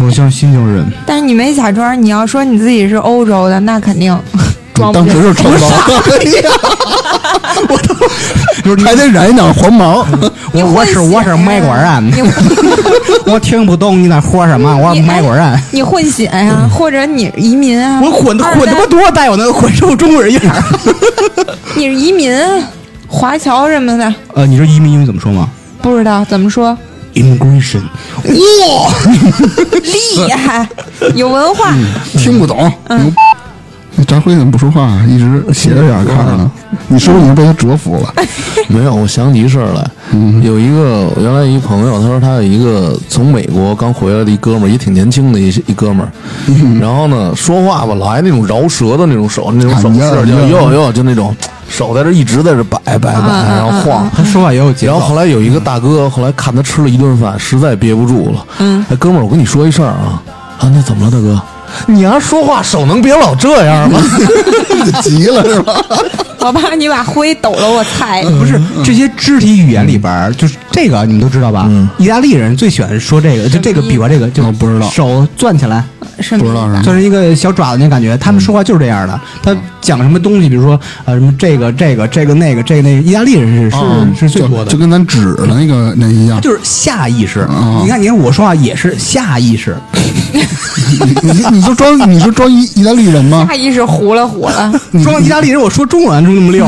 Speaker 1: 我像新疆人，
Speaker 4: 但是你没假装，你要说你自己是欧洲的，那肯定 装不
Speaker 2: 当时
Speaker 4: 了。
Speaker 2: 就穿帮，我 都还得染一点黄毛，
Speaker 1: 我我是我是美国人，
Speaker 4: 你
Speaker 1: 啊 我听不懂你在说什么，我是
Speaker 4: 你哎
Speaker 1: 美国人。
Speaker 4: 你混血呀、或者你移民啊？
Speaker 1: 啊 我混的
Speaker 4: 二
Speaker 1: 混他妈
Speaker 4: 代
Speaker 1: 多带我那混成中国人样儿。
Speaker 4: 你是移民啊，华侨什么的，
Speaker 1: 呃，你知道移民英语怎么说吗
Speaker 4: 不知道怎么说，
Speaker 1: ？Immigration。
Speaker 4: 厉害，有文化。
Speaker 2: 听不懂。牛那嗯张辉怎么不说话啊？一直斜着眼看着呢。你是不是已经被他折服了？
Speaker 3: 没有，我想起一事儿来，有一个我原来一朋友，他说他有一个从美国刚回来的一哥们儿，也挺年轻的一一哥们儿，然后呢说话吧老爱那种饶舌的那种手，那种手
Speaker 2: 哎呀
Speaker 3: 势，就
Speaker 2: 哎呀
Speaker 3: 哟哟，就那种手在这一直在这摆摆摆，
Speaker 4: 啊
Speaker 3: 然后晃。
Speaker 1: 他说话也有节
Speaker 3: 然后后
Speaker 1: 奏。
Speaker 3: 来有一个大哥，后来看他吃了一顿饭，实在憋不住了。
Speaker 4: 嗯，
Speaker 3: 哎，哥们儿，我跟你说一事儿啊，啊，那怎么了，大哥？你要、说话手能别老这样吗？
Speaker 2: 急了是吧？
Speaker 4: 我怕你把灰抖了，我猜。
Speaker 1: 不
Speaker 2: 嗯
Speaker 1: 是这些肢体语言里边儿，就是这个你们都知道吧？意大利人最喜欢说这个，就这个比划这个，就
Speaker 2: 嗯哦不知道嗯
Speaker 1: 手攥起来，
Speaker 4: 什
Speaker 2: 不知道是
Speaker 4: 么？
Speaker 2: 吗？
Speaker 1: 攥成一个小爪子那感觉。他们说话就是这样的。
Speaker 2: 嗯
Speaker 1: 他讲什么东西，比如说呃什么这个这个这个那个这个那个，意大利人是
Speaker 2: 啊
Speaker 3: 嗯
Speaker 1: 是是最
Speaker 2: 就
Speaker 1: 多的
Speaker 2: 就。跟咱指的那个那一样。
Speaker 1: 就是下意识
Speaker 2: 啊，
Speaker 1: 你看，你看我说话也是下意识，
Speaker 2: 嗯你你你就装你就装意意大利人吗？
Speaker 4: 下意识糊了糊了，
Speaker 1: 装意大利人，我说中文就那么 溜。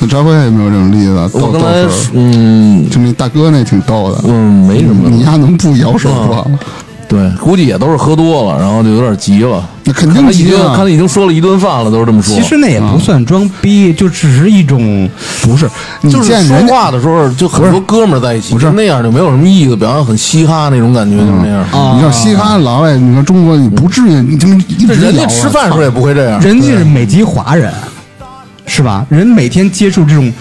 Speaker 2: 那张辉有没有这种例子？
Speaker 3: 我
Speaker 2: 逗
Speaker 3: 刚
Speaker 2: 逗
Speaker 3: 才
Speaker 2: 事儿
Speaker 3: 嗯
Speaker 2: 就那大哥那挺逗的。
Speaker 3: 嗯没什么，
Speaker 2: 你丫能不摇手吗？
Speaker 3: 对，估计也都是喝多了，然后就有点急了。
Speaker 2: 那肯
Speaker 3: 看
Speaker 2: 定
Speaker 3: 他已
Speaker 2: 急
Speaker 3: 经看
Speaker 2: 啊
Speaker 3: 他！已经说了一顿饭了，都是这么说。
Speaker 1: 其实那也不算装逼，就只是一种
Speaker 2: 不是，你
Speaker 3: 就是
Speaker 2: 见
Speaker 3: 说
Speaker 2: 人家
Speaker 3: 话的时候，就很多哥们儿在一起，
Speaker 2: 不是
Speaker 3: 就那样就没有什么意思，表现很嘻哈那种感觉，就是那样。
Speaker 2: 你像西哈老外，你看中国，你不至于，你他妈一
Speaker 3: 这
Speaker 2: 直
Speaker 3: 人
Speaker 2: 摇
Speaker 3: 家
Speaker 2: 啊
Speaker 3: 吃饭的时候也不会这样。
Speaker 1: 人家是美籍华人，是吧？人每天接触这种，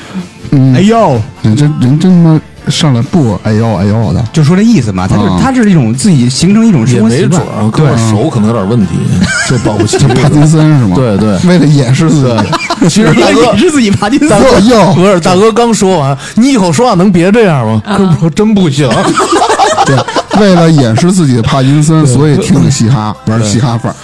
Speaker 1: 哎呦，
Speaker 2: 嗯这人真他妈上来不哎呦哎呦的，
Speaker 1: 就说这意思嘛，他就是、
Speaker 2: 啊
Speaker 1: 他是一种自己形成一种
Speaker 3: 也
Speaker 1: 生活习
Speaker 3: 没准
Speaker 1: 惯
Speaker 3: 儿啊，，哥
Speaker 1: 对
Speaker 3: 们儿，手可能有点问题，这保不齐。
Speaker 2: 帕金森是吗？
Speaker 3: 对对
Speaker 2: 为了掩饰自己，
Speaker 3: 对，其实大
Speaker 1: 因为
Speaker 3: 哥
Speaker 1: 你是自己爬金
Speaker 3: 大
Speaker 1: 森。
Speaker 3: 哥
Speaker 2: 我哟
Speaker 3: 不是大哥刚说完，你以后说话能别这样吗？哥们儿说 真不行，
Speaker 2: 对，为了掩饰自己的帕金森，所以听着嘻哈，玩嘻哈范儿。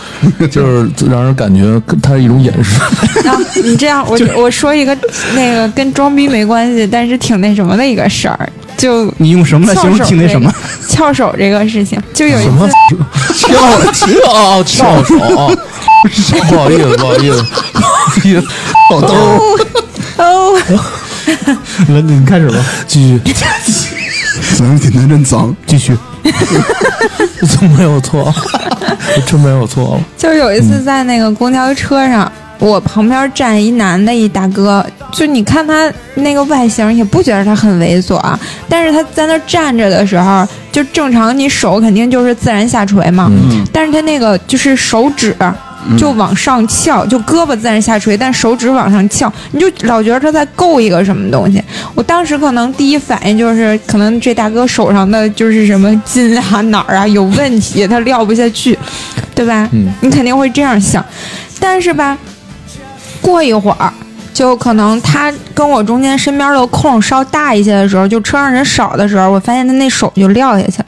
Speaker 3: 就是让人感觉他是一种掩饰。
Speaker 4: 然后你这样，我我说一个那个跟装逼没关系，但是挺那什么的一个事儿，就
Speaker 1: 你用什么来形
Speaker 4: 翘
Speaker 1: 容
Speaker 4: 手
Speaker 1: 挺那什么？
Speaker 4: 这个翘手这个事情，就有一
Speaker 3: 什么
Speaker 4: 次，
Speaker 3: 翘翘翘手啊！不好意思，不好意思，不好意思，
Speaker 2: 哦，都是
Speaker 4: 哦，
Speaker 1: 来，你开始吧，
Speaker 3: 继续，
Speaker 2: 咱们今天真脏，
Speaker 1: 继续。
Speaker 3: 真没有错，真没有错了。
Speaker 4: 就有一次在那个公交车上，我旁边站一男的，一大哥，就你看他那个外形也不觉得他很猥琐啊，但是他在那站着的时候，就正常你手肯定就是自然下垂嘛，
Speaker 3: 嗯
Speaker 4: 但是他那个就是手指。就往上翘，就胳膊自然下垂，但手指往上翘，你就老觉得他在够一个什么东西。我当时可能第一反应就是，可能这大哥手上的就是什么筋啊哪儿啊有问题，他撂不下去，对吧？
Speaker 3: 嗯
Speaker 4: 你肯定会这样想。但是吧，过一会儿，就可能他跟我中间身边的空稍大一些的时候，就车上人少的时候，我发现他那手就撂下去了。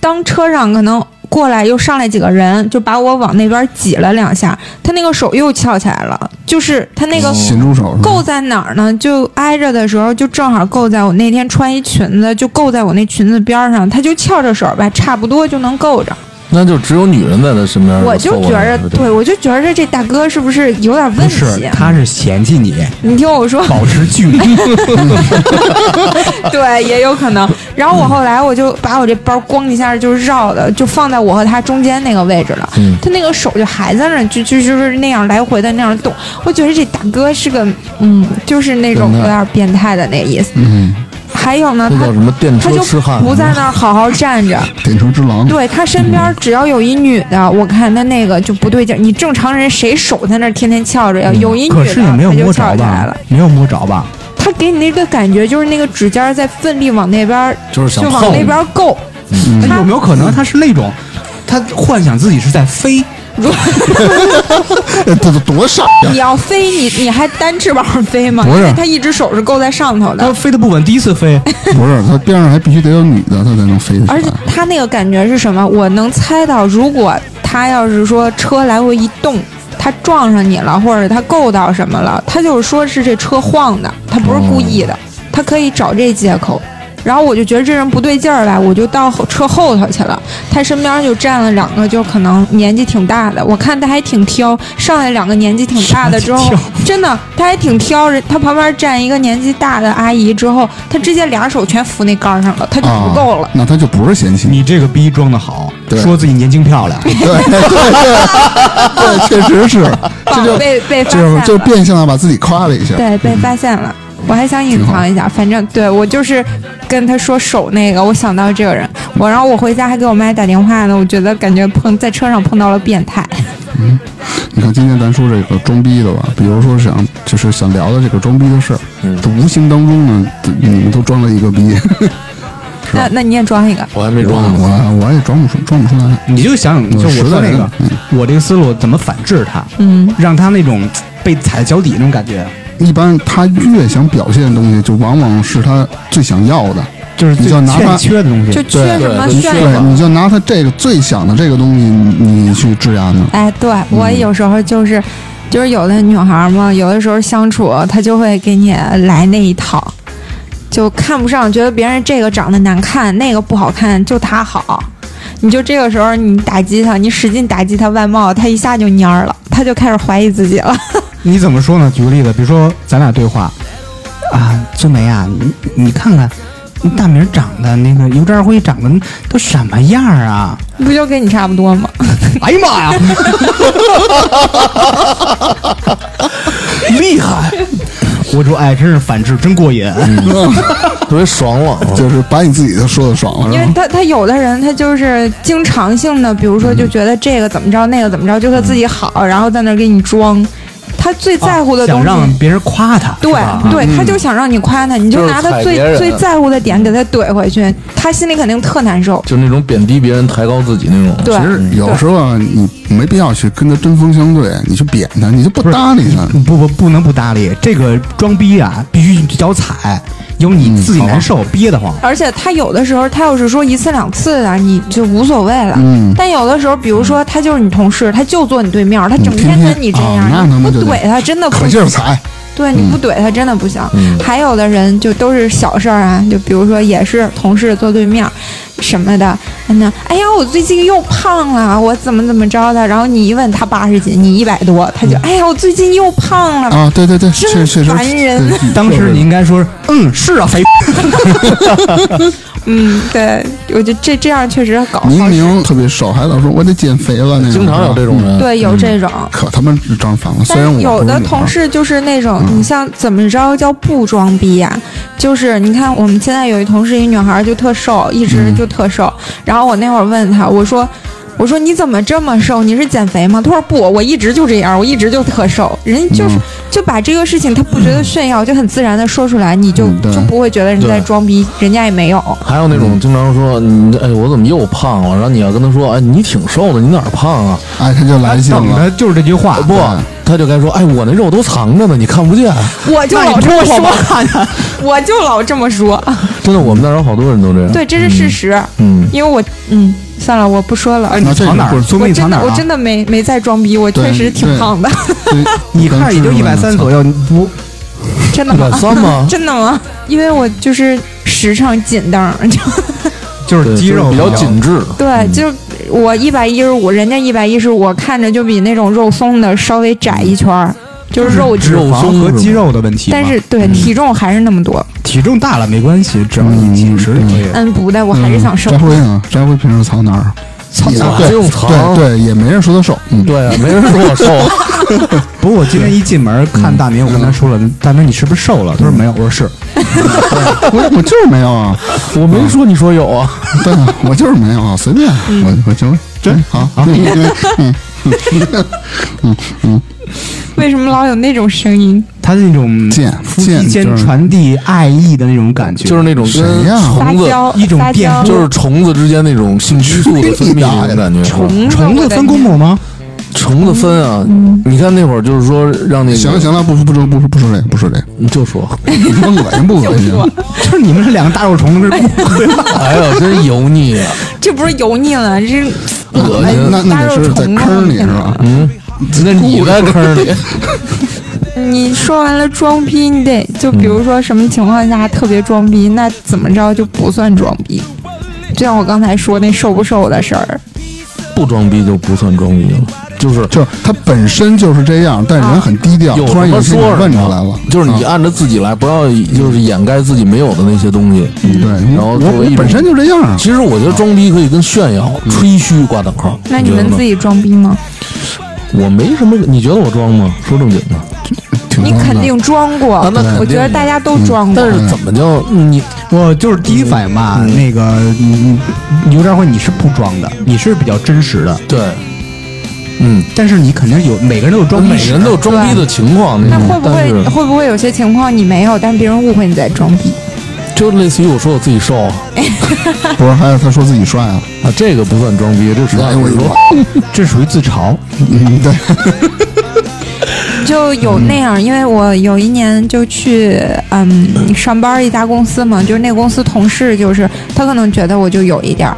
Speaker 4: 当车上可能过来又上来几个人，就把我往那边挤了两下，他那个手又翘起来了，就是他那个
Speaker 2: 咸猪手是吧？
Speaker 4: 够在哪儿呢？就挨着的时候，就正好够在我那天穿一裙子，就够在我那裙子边儿上，它就翘着手吧，差不多就能够着。
Speaker 3: 那就只有女人在他身嗯边凑合
Speaker 4: 我就
Speaker 3: 着是
Speaker 4: 觉
Speaker 3: 吧。
Speaker 4: 着，对我就觉着这大哥是不是有点
Speaker 1: 不
Speaker 4: 问题？啊
Speaker 1: 是，他是嫌弃你，
Speaker 4: 你听我说，
Speaker 1: 保持距 离。
Speaker 4: 对，也有可能。然后我后来我就把我这包咣一下就绕的，就放在我和他中间那个位置了。
Speaker 3: 嗯
Speaker 4: 他那个手就还在那儿，就就就是那样来回的那样动。我觉得这大哥是个，嗯，就是那种有点变态的那意思。
Speaker 2: 嗯，
Speaker 4: 还有呢，
Speaker 3: 那
Speaker 4: 他
Speaker 3: 叫什么电
Speaker 4: 他
Speaker 3: 车
Speaker 4: 就
Speaker 3: 痴汉？
Speaker 4: 不在那儿好好 站着。
Speaker 2: 电车之狼，
Speaker 4: 对他身
Speaker 1: 嗯
Speaker 4: 边只要有一女的，我看他那个就不对劲儿。你正常人谁手在那儿天天翘着呀？有一女
Speaker 1: 嗯可
Speaker 4: 的，
Speaker 1: 是也没有
Speaker 4: 他就
Speaker 1: 摸
Speaker 4: 翘
Speaker 1: 着
Speaker 4: 起来了
Speaker 1: 吧。？没有摸着吧？
Speaker 4: 他给你那个感觉就是那个指尖儿在奋力往那边儿，
Speaker 3: 就是想
Speaker 4: 就往
Speaker 3: 碰
Speaker 4: 那边儿够。
Speaker 1: 那
Speaker 4: 他
Speaker 1: 有没有可能他是那种，他幻想自己是在飞？
Speaker 4: 如
Speaker 2: 哎这这多傻呀！
Speaker 4: 你要飞，你你还单翅膀飞吗？
Speaker 2: 不
Speaker 4: 因
Speaker 2: 是
Speaker 4: 为他一只手是够在上头
Speaker 1: 他
Speaker 4: 的，
Speaker 1: 飞得不稳，第一次飞，
Speaker 2: 不是，他边上还必须得有女的，他才能飞得起
Speaker 4: 而且
Speaker 2: 来。
Speaker 4: 他那个感觉是什么？我能猜到，如果他要是说车来回一动。他撞上你了，或者他够到什么了，他就是说是这车晃的，他不是故意的，他可以找这借口。然后我就觉得这人不对劲儿吧，我就到后车后头去了。他身边就站了两个，就可能年纪挺大的，我看他还挺挑。上来两个年纪挺大的之后
Speaker 1: 什么，
Speaker 4: 真的他还挺挑人。他旁边站一个年纪大的阿姨之后，他直接俩手全扶那杆儿上了，他就
Speaker 2: 啊
Speaker 4: 不够了。
Speaker 2: 那他就不是嫌弃你，
Speaker 1: 你这个逼装的好，
Speaker 2: 对
Speaker 1: 说自己年轻漂亮，
Speaker 2: 对对对，对，确实是，这
Speaker 4: 宝
Speaker 2: 就
Speaker 4: 被被发现
Speaker 2: 就
Speaker 4: 了，
Speaker 2: 就变相的把自己夸了一下。
Speaker 4: 对，被发现了。我还想隐藏一下，反正对我就是跟他说手那个，我想到这个人，我然后我回家还给我妈打电话呢，我觉得感觉碰在车上碰到了变态，
Speaker 2: 你看今天咱说这个装逼的吧，比如说想就是想聊的这个装逼的事儿，
Speaker 3: 嗯
Speaker 2: 这无形当中呢，你们都装了一个逼，
Speaker 4: 那那你也装一个，
Speaker 3: 我还没装呢。
Speaker 2: 我我也装不出装不出来。
Speaker 1: 你就想想，就
Speaker 2: 实
Speaker 1: 我
Speaker 2: 在
Speaker 1: 说那
Speaker 2: 是
Speaker 1: 个，我这个思路怎么反制他，
Speaker 4: 嗯，
Speaker 1: 让他那种呃被踩脚底那种感觉，
Speaker 2: 一般他越想表现的东西，就往往是他最想要的。
Speaker 1: 就是最
Speaker 2: 你就拿
Speaker 1: 欠
Speaker 2: 他
Speaker 1: 缺的东
Speaker 4: 就
Speaker 1: 西。
Speaker 4: 缺什么
Speaker 3: 对
Speaker 4: 炫
Speaker 3: 对
Speaker 4: 耀。
Speaker 2: 对，你就拿他这个最想的这个东西，你你去质押呢？
Speaker 4: 哎，对我有时候就是，就是有的女孩嘛，有的时候相处她就会给你来那一套，就看不上，觉得别人这个长得难看，那个不好看，就她好。你就这个时候你打击她，你使劲打击她外貌，她一下就蔫儿了，她就开始怀疑自己了。
Speaker 1: 你怎么说呢？举个例子，比如说咱俩对话啊，春梅啊，你你看看，你大明长得那个尤兆辉长得都什么样儿 啊？
Speaker 4: 不就跟你差不多吗？
Speaker 1: 哎呀妈呀，厉害！我说，哎，真是反制，真过瘾。啊
Speaker 3: 特别爽朗啊，
Speaker 2: 就是把你自己都说的爽了，是
Speaker 4: 因为
Speaker 2: 吧？
Speaker 4: 他他有的人他就是经常性的，比如说就觉得这个怎么着，那个怎么着，就他自己好，然后在那儿给你装。他最在乎的东
Speaker 1: 哦想
Speaker 4: 西，
Speaker 1: 让别人夸他，
Speaker 4: 对
Speaker 1: 是吧
Speaker 4: 对，他就想让你夸他，你
Speaker 3: 就是
Speaker 4: 拿他
Speaker 3: 踩
Speaker 4: 最
Speaker 3: 别人
Speaker 4: 最在乎的点给他怼回去，他心里肯定特难受。
Speaker 3: 就那种贬低别人、抬高自己那种。
Speaker 4: 对
Speaker 2: 其实有
Speaker 4: 对
Speaker 2: 时候啊你没必要去跟他针锋相对，你去贬他，你就不搭理他。
Speaker 1: 不不不能不搭理这个装逼啊，必须脚踩，有你自己难受，憋得慌。
Speaker 4: 而且他有的时候，他要是说一次两次的，你就无所谓了。
Speaker 2: 嗯
Speaker 4: 但有的时候，比如说他就是你同事，他就坐你对面，他整天跟你这样，
Speaker 2: 嗯天天啊
Speaker 4: 你
Speaker 2: 那他妈
Speaker 4: 不
Speaker 2: 就得
Speaker 4: 怼他真的不
Speaker 2: 可劲
Speaker 4: 行
Speaker 2: 儿踩，
Speaker 4: 对，你不怼他真的不行。
Speaker 3: 嗯
Speaker 4: 还有的人就都是小事儿啊，就比如说也是同事坐对面儿什么的，那哎呀，我最近又胖了，我怎么怎么着的？然后你一问他八十斤，你一百多，他就哎呀，我最近又胖了。
Speaker 2: 啊！对对对，
Speaker 4: 真
Speaker 2: 确确实
Speaker 4: 烦人
Speaker 2: 对
Speaker 1: 当时你应该说，嗯，是啊，肥。
Speaker 4: 嗯，对，我觉得这这样确实搞不
Speaker 2: 明
Speaker 4: 好使。
Speaker 2: 明特别瘦，还老说我得减肥了，那种
Speaker 3: 经常有这种，人。
Speaker 4: 对，有这种。
Speaker 2: 可他妈张反了。虽
Speaker 4: 但
Speaker 2: 然我
Speaker 4: 是有
Speaker 2: 不是
Speaker 4: 的
Speaker 2: 女孩
Speaker 4: 同事就是那种，你像怎么着叫不装逼呀、就是你看我们现在有一同事，一女孩儿就特瘦，一直就特瘦。然后我那会儿问她，我说。我说你怎么这么瘦？你是减肥吗？她说不，我一直就这样，我一直就特瘦。人家就是、就把这个事情，她不觉得炫耀，就很自然的说出来，你就、
Speaker 2: 嗯对
Speaker 4: 就不会觉得人家在
Speaker 3: 对
Speaker 4: 装逼，人家也没有。
Speaker 3: 还有那种经常说你这哎我怎么又胖了，然后你要跟他说哎你挺瘦的，你哪儿胖啊？
Speaker 2: 哎，他就来劲
Speaker 1: 等
Speaker 2: 了。
Speaker 1: 的就是这句话，
Speaker 3: 不，他就该说哎我那肉都藏着呢，你看不见。
Speaker 4: 我就
Speaker 1: 那
Speaker 4: 老
Speaker 1: 你
Speaker 4: 这
Speaker 1: 脱
Speaker 4: 么
Speaker 1: 我
Speaker 4: 说，
Speaker 1: 看看。
Speaker 4: 我就老这么说。
Speaker 3: 真的，我们那儿有好多人都这样。
Speaker 4: 对，这是事实。
Speaker 3: 嗯，
Speaker 4: 因为我嗯，算了，我不说了。
Speaker 1: 哎，你
Speaker 2: 那这
Speaker 1: 藏哪
Speaker 2: 是
Speaker 1: 儿？
Speaker 2: 不
Speaker 1: 聪
Speaker 4: 我
Speaker 1: 明，你
Speaker 4: 真
Speaker 1: 藏
Speaker 4: 的
Speaker 1: 哪儿
Speaker 4: 我
Speaker 1: 啊？
Speaker 4: 真的没没在装逼，我确
Speaker 2: 对
Speaker 4: 实挺
Speaker 2: 对
Speaker 4: 胖的，
Speaker 2: 对
Speaker 1: 你看着也就一百三左。右，你不，
Speaker 4: 真的
Speaker 3: 一百
Speaker 4: 吗？
Speaker 3: 三吗？
Speaker 4: 真的吗？因为我就是时尚紧当，就
Speaker 1: 就是
Speaker 3: 对
Speaker 1: 肌
Speaker 3: 就是
Speaker 1: 肉
Speaker 3: 比较嗯紧致，
Speaker 4: 对，就是我一百一十五，人家一百一十五，看着就比那种肉松的稍微窄一圈儿，就是肉
Speaker 1: 脂
Speaker 4: 质。
Speaker 3: 肉
Speaker 1: 肪
Speaker 3: 松
Speaker 1: 和
Speaker 3: 是吗
Speaker 1: 肌肉的问题嘛，
Speaker 4: 但是对体重还是那么多。
Speaker 1: 体重大了没关系，只要你进食就可以了。
Speaker 4: 嗯，不的，我还是想瘦
Speaker 2: 翟。辉呢？翟辉啊平时藏哪 儿？
Speaker 1: 操
Speaker 2: 也
Speaker 3: 哪
Speaker 2: 对
Speaker 3: 用藏
Speaker 2: 对对，也没人说他瘦。嗯，
Speaker 3: 对啊，没人说我瘦，
Speaker 1: 不过我今天一进门看大明，我跟他说了，大明你是不是瘦了？他说没有，我说是。
Speaker 2: 我我就是没有啊，
Speaker 3: 我没说你说有啊，
Speaker 2: 对啊，我就是没有啊，随便，
Speaker 4: 嗯
Speaker 2: 我我就真好。嗯
Speaker 4: 为什么老有那种声音？
Speaker 1: 他那种
Speaker 2: 贱
Speaker 1: 夫
Speaker 2: 贱
Speaker 1: 妻间
Speaker 2: 就是
Speaker 1: 传递爱意的那种感觉，
Speaker 3: 就是那种
Speaker 2: 谁
Speaker 3: 跟
Speaker 2: 呀
Speaker 4: 撒
Speaker 3: 虫子，
Speaker 4: 娇，
Speaker 1: 一种
Speaker 4: 撒
Speaker 1: 变
Speaker 4: 娇，
Speaker 3: 就是虫子之间那种性激素的分泌那种感 觉。啊
Speaker 4: 虫
Speaker 1: 虫子分公母吗？
Speaker 3: 虫子分啊，你看那会儿就是说让那个
Speaker 2: 行了行了，不不不不不说这个，不说这个，
Speaker 3: 你就说，
Speaker 2: 不恶心啊不恶心？
Speaker 4: 啊
Speaker 1: 就是你们这两个大肉虫子是 不会吧
Speaker 3: 哎呦，真油腻 啊，
Speaker 4: 这不是油腻了，这是呃
Speaker 3: 恶
Speaker 2: 那
Speaker 3: 心。
Speaker 2: 那那得是在坑里是 吧？
Speaker 3: 嗯，那你在坑里，
Speaker 4: 嗯你说完了装逼，你得就比如说什么情况下特别装逼，那怎么着就不算装逼？就像我刚才说那瘦不瘦的事儿，
Speaker 3: 不装逼就不算装逼了，就是
Speaker 2: 就是他本身就是这样，但人很低调，
Speaker 3: 有
Speaker 2: 啊突
Speaker 3: 什
Speaker 2: 然
Speaker 3: 么
Speaker 2: 有事情
Speaker 3: 说
Speaker 2: 问
Speaker 3: 什
Speaker 2: 出
Speaker 3: 么
Speaker 2: 来了，
Speaker 3: 就是你
Speaker 2: 啊
Speaker 3: 按着自己来，不要就是掩盖自己没有的那些东西。
Speaker 2: 嗯对，
Speaker 3: 嗯然后
Speaker 2: 我
Speaker 3: 作
Speaker 2: 我
Speaker 3: 为一种
Speaker 2: 本身就这嗯样啊。
Speaker 3: 其实我觉得装逼可以跟炫耀、吹嘘挂等号。
Speaker 4: 那你们
Speaker 3: 觉得呢
Speaker 4: 自己装逼吗？
Speaker 3: 我没什么，你觉得我装吗？说正经的，啊
Speaker 2: 挺
Speaker 4: 你
Speaker 2: 装的
Speaker 4: 肯定装过，
Speaker 3: 那肯定嗯
Speaker 4: 我觉得大家都装过
Speaker 3: 但。
Speaker 2: 嗯
Speaker 3: 是怎么叫你？
Speaker 1: 我就是第一反应吧，那个你你牛张辉你是不装的，你是比较真实的，
Speaker 3: 对，嗯，
Speaker 1: 但是你肯定有每个人都有装逼
Speaker 3: 哦每个人都有装逼的情况，
Speaker 4: 那
Speaker 3: 种
Speaker 4: 会不
Speaker 3: 但
Speaker 4: 会
Speaker 3: 是
Speaker 4: 会不会有些情况你没有，但别人误会你在装逼？
Speaker 3: 就类似于我说我自己瘦啊，
Speaker 2: 不是，还有他说自己帅啊，
Speaker 3: 啊这个不算装逼，这实在
Speaker 2: 哎
Speaker 3: 是
Speaker 2: 我
Speaker 3: 说
Speaker 2: 我，
Speaker 1: 啊这属于自嘲。
Speaker 2: 嗯对，
Speaker 4: 就有那样，因为我有一年就去嗯上班一家公司嘛，就是那公司同事就是他可能觉得我就有一点儿，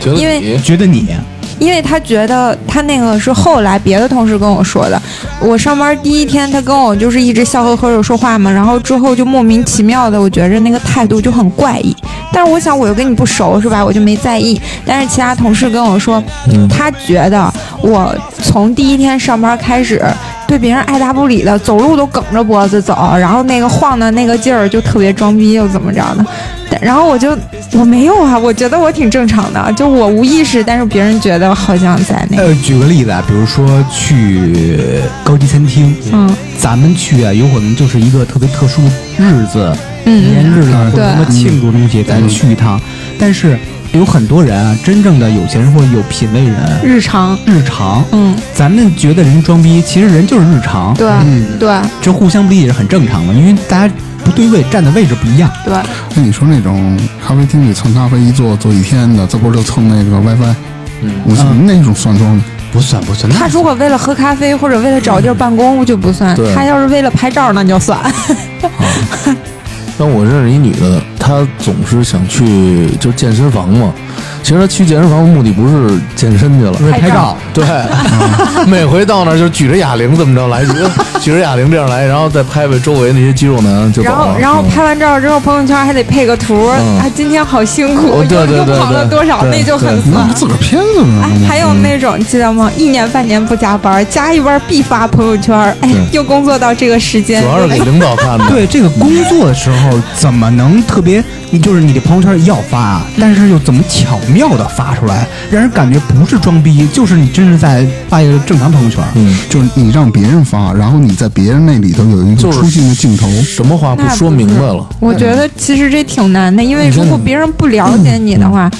Speaker 3: 觉得
Speaker 4: 因为
Speaker 3: 你
Speaker 1: 觉得你
Speaker 4: 嗯因为他觉得他那个是后来别的同事跟我说的。我上班第一天，他跟我就是一直笑呵呵的说话嘛，然后之后就莫名其妙的，我觉着那个态度就很怪异。但是我想我又跟你不熟是吧，我就没在意。但是其他同事跟我说，他觉得我从第一天上班开始。对别人爱答不理的，走路都梗着脖子走，然后那个晃的那个劲儿就特别装逼，又怎么着的？但然后我就我没有啊，我觉得我挺正常的，就我无意识，但是别人觉得好像在那个，
Speaker 1: 呃，举个例子啊，比如说去高级餐厅，
Speaker 4: 嗯
Speaker 1: 咱们去啊，有可能就是一个特别特殊的日子，纪念
Speaker 4: 嗯，
Speaker 1: 日啊，或者
Speaker 4: 对嗯
Speaker 1: 什么庆祝东西，咱去一趟。但是有很多人啊，真正的有钱人或者有品位
Speaker 3: 呃
Speaker 1: 人，
Speaker 4: 日常，
Speaker 1: 日常，
Speaker 4: 嗯，
Speaker 1: 咱们觉得人装逼，其实人就是日常，嗯
Speaker 4: 对
Speaker 3: 嗯
Speaker 4: 对
Speaker 1: 这互相不理解是很正常的，因为大家不对位，站的位置不一样。
Speaker 3: 嗯
Speaker 4: 对，
Speaker 2: 那你说那种咖啡厅里蹭咖啡一坐坐一天的，这不是就蹭那个 WiFi？我
Speaker 3: 嗯
Speaker 2: 说那种算装的，
Speaker 1: 不算不算，
Speaker 4: 他如果为了喝咖啡或者为了找地儿办公就不算
Speaker 3: 对，
Speaker 4: 他要是为了拍照那就算，
Speaker 3: 但我认识一女的，她总是想去就是健身房嘛。其实她去健身房的目的不是健身去了，
Speaker 1: 为
Speaker 4: 拍
Speaker 1: 拍
Speaker 4: 照
Speaker 1: 照，
Speaker 3: 对，每回到那儿就举着哑铃怎么着来，举着举着哑铃这样来，然后再拍拍周围那些肌肉男就走
Speaker 4: 然后
Speaker 3: 了。
Speaker 4: 然后
Speaker 3: 嗯
Speaker 4: 拍完照之后朋友圈还得配个图，
Speaker 3: 嗯
Speaker 4: 啊，今天好辛苦，
Speaker 3: 哦对
Speaker 4: 又
Speaker 3: 对
Speaker 4: 又
Speaker 3: 对
Speaker 4: 跑了
Speaker 3: 对
Speaker 4: 多少，
Speaker 3: 对嗯
Speaker 4: 那就很
Speaker 2: 那
Speaker 4: 酸
Speaker 2: 不。自个儿骗自个儿
Speaker 4: 哎
Speaker 2: 吗？，
Speaker 4: 还有那种记得吗？一年半年不加班，加一班必发朋友圈。哎
Speaker 3: 对，
Speaker 4: 又工作到这个时间，
Speaker 3: 主要是给领导看的。
Speaker 1: 对这个工作的时候，怎么能特别？你就是你的朋友圈要发啊，
Speaker 4: 嗯
Speaker 1: 但是又怎么巧妙的发出来，让人感觉不是装逼，就是你真是在发一个正常朋友圈。
Speaker 3: 嗯，
Speaker 2: 就是你让别人发，然后你在别人那里头有一个
Speaker 3: 就是
Speaker 2: 出镜的镜头，
Speaker 3: 什么话不
Speaker 4: 那
Speaker 3: 说
Speaker 4: 不
Speaker 3: 明
Speaker 4: 是
Speaker 3: 白了。
Speaker 4: 我觉得其实这挺难的，因为如果别人不了解你的话，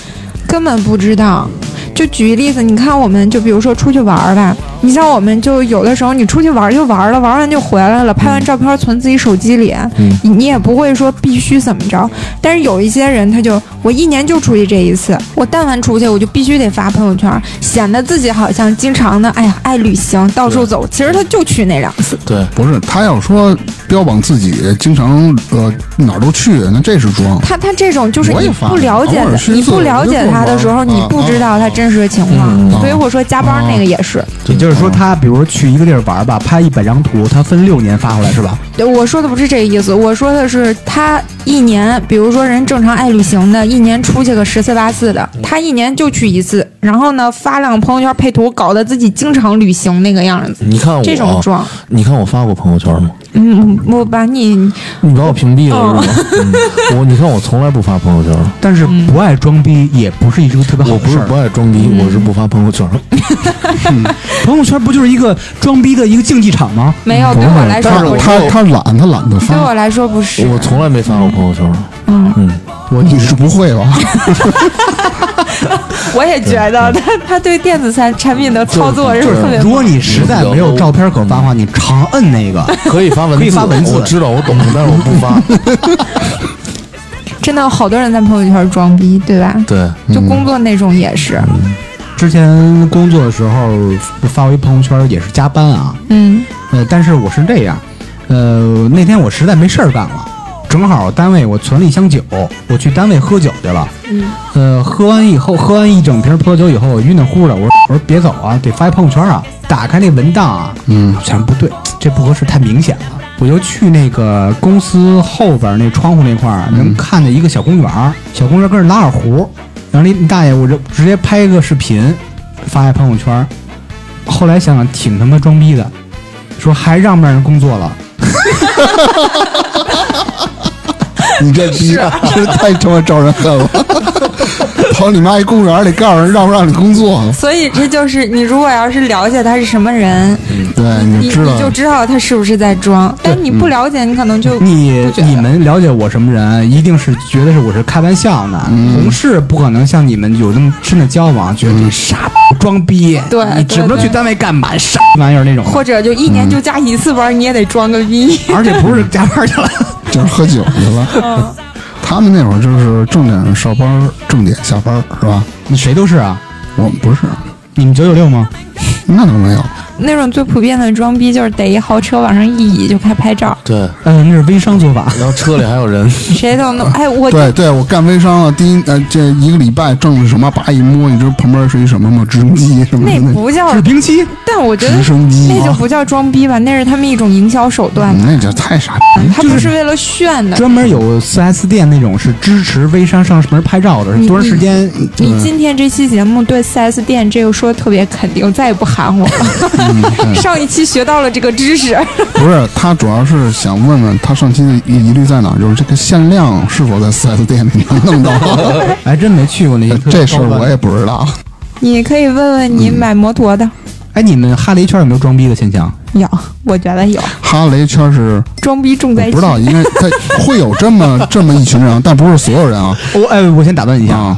Speaker 4: 根本不知道。就举一例子，你看我们就比如说出去玩儿吧，你像我们就有的时候你出去玩儿就玩儿了，玩儿完就回来了，拍完照片存自己手机里，
Speaker 3: 嗯
Speaker 4: 你你也不会说必须怎么着。但是有一些人他就我一年就出去这一次，我但凡出去我就必须得发朋友圈，显得自己好像经常的哎呀爱旅行到处走，其实他就去那两次。
Speaker 3: 对，
Speaker 2: 不是他要说标榜自己经常呃哪儿都去，那这是装。
Speaker 4: 他他这种就是
Speaker 2: 我
Speaker 4: 你
Speaker 2: 也
Speaker 4: 不了解
Speaker 2: 发偶尔
Speaker 4: 的，
Speaker 2: 是
Speaker 4: 你
Speaker 2: 做
Speaker 4: 不了解他的时候，
Speaker 2: 我就做
Speaker 4: 你不知道他真实的情况
Speaker 3: 嗯嗯，
Speaker 4: 所以我说加班那个也是，
Speaker 1: 也就就是说他比如去一个地儿玩吧，拍一百张图，他分六年发回来是吧？
Speaker 4: 我说的不是这意思，我说的是他一年，比如说人正常爱旅行的，一年出去个十次八次的，他一年就去一次，然后呢发两个朋友圈配图，搞得自己经常旅行那个样子，
Speaker 3: 你看我啊
Speaker 4: 这种状，
Speaker 3: 你看我发过朋友圈吗？
Speaker 4: 嗯，我把你
Speaker 3: 你把我屏蔽了是吗？嗯我你看我从来不发朋友 圈，
Speaker 1: 但是不爱装逼也不是一个特别好
Speaker 3: 我
Speaker 1: 的
Speaker 3: 不是
Speaker 1: 事儿
Speaker 3: 不。爱装逼，
Speaker 4: 嗯
Speaker 3: 我是不发朋友圈。
Speaker 1: 朋友圈不就是一个装逼的一个竞技场吗？
Speaker 4: 没有，
Speaker 2: 不
Speaker 4: 对
Speaker 2: 是
Speaker 4: 我来说
Speaker 3: 但是
Speaker 4: 不
Speaker 3: 我
Speaker 4: 是，
Speaker 2: 他他懒，他懒得
Speaker 4: 对
Speaker 2: 发，
Speaker 4: 我来说不是，
Speaker 3: 我从来没发过朋友圈，
Speaker 4: 嗯，
Speaker 3: 嗯，
Speaker 2: 我你是不会吧？
Speaker 4: 我也觉得他他对电子产产品的操作是特别
Speaker 1: 如果你实在没有照片可发的话，你长摁那个。
Speaker 3: 可以发文字，
Speaker 1: 可以发文字
Speaker 3: 我知道我懂，但是我不发。
Speaker 4: 真的好多人在朋友圈装逼，对吧？
Speaker 3: 对，
Speaker 4: 就工作那种也
Speaker 2: 嗯
Speaker 4: 是，
Speaker 1: 之前工作的时候发过一朋友圈，也是加班啊。
Speaker 4: 嗯
Speaker 1: 呃，但是我是这样，呃，那天我实在没事儿干了，正好单位我存了一箱酒，我去单位喝酒去了。
Speaker 4: 嗯，
Speaker 1: 呃，喝完以后，喝完一整瓶葡萄酒以后，我晕得乎的，我说我说别走啊，得发一朋友圈啊。打开那文档啊，
Speaker 2: 嗯
Speaker 1: 我想不对，这不合适，太明显了。我就去那个公司后边那窗户那块儿，能看见一个小公园儿，小公园儿跟人拉二胡，然后那大爷我就直接拍个视频，发在朋友圈儿。后来想想挺他妈装逼的，说还让不让人工作了？
Speaker 2: 你这逼
Speaker 4: 啊
Speaker 2: 这太他妈招人恨了！跑你妈一公园里告诉人让不让你工作，
Speaker 4: 所以这就是你如果要是了解他是什么人，
Speaker 2: 对，你
Speaker 4: 你
Speaker 2: 就知道
Speaker 4: 你就知道他是不是在装，但你不了解，你可能就
Speaker 2: 嗯
Speaker 1: 你
Speaker 4: 不觉得
Speaker 1: 你们了解我什么人，一定是觉得是我是开玩笑呢。同事不可能像你们有那么深的交往，觉得你傻逼装逼，
Speaker 4: 对
Speaker 1: 你指不
Speaker 4: 对
Speaker 1: 定去
Speaker 4: 对
Speaker 1: 单位干嘛傻逼玩意儿那种的。
Speaker 4: 或者就一年就加一次班，你也得装个
Speaker 2: 嗯
Speaker 4: 逼。
Speaker 1: 而且不是加班 去了，
Speaker 2: 就是喝 酒去
Speaker 4: 嗯
Speaker 2: 了。他们那会儿就是正点上班，正点下班，是吧？
Speaker 1: 你谁都是啊？
Speaker 2: 我们不是，
Speaker 1: 你们九九六吗？
Speaker 2: 那倒没有。
Speaker 4: 那种最普遍的装逼就是逮一豪车往上一倚就开拍照，
Speaker 3: 对，
Speaker 1: 嗯，那是微商做法。
Speaker 3: 然后车里还有人，
Speaker 4: 谁都能。哎，我
Speaker 2: 啊对对，我干微商了，第一呃这一个礼拜挣的什么，叭一摸，你知道旁边是一什么吗？直升机什么
Speaker 4: 那
Speaker 2: 的，
Speaker 4: 不叫
Speaker 1: 制，冰期，
Speaker 4: 但我觉得
Speaker 2: 直升机
Speaker 4: 那就不叫装逼吧，那是他们一种营销手段
Speaker 2: 嗯。那就太傻逼了。
Speaker 4: 他不是为了炫的。
Speaker 1: 专门有四 S 店那种是支持微商上门拍照的，
Speaker 4: 你
Speaker 1: 多长时间？
Speaker 4: 你今天这期节目对 4S 店这个说的特别肯定，再也不喊我了。上一期学到了这个知识，
Speaker 2: 不是，他主要是想问问他上期的疑虑在哪儿，就是这个限量是否在 4S 店里能弄到？
Speaker 1: 还哎真没去过那些特别
Speaker 2: 哎
Speaker 1: 高
Speaker 2: 这事儿
Speaker 1: 端的
Speaker 2: 我也不知道。
Speaker 4: 你可以问问你买摩托的，
Speaker 1: 哎，你们哈雷圈有没有装逼的现象？
Speaker 4: 有，我觉得有
Speaker 2: 哈雷圈是
Speaker 4: 装逼重
Speaker 2: 我
Speaker 4: 灾区。
Speaker 2: 不知道，应该他会有这么这么一群人，但不是所有人啊。
Speaker 1: 我哎，我先打断你一下，
Speaker 2: 啊，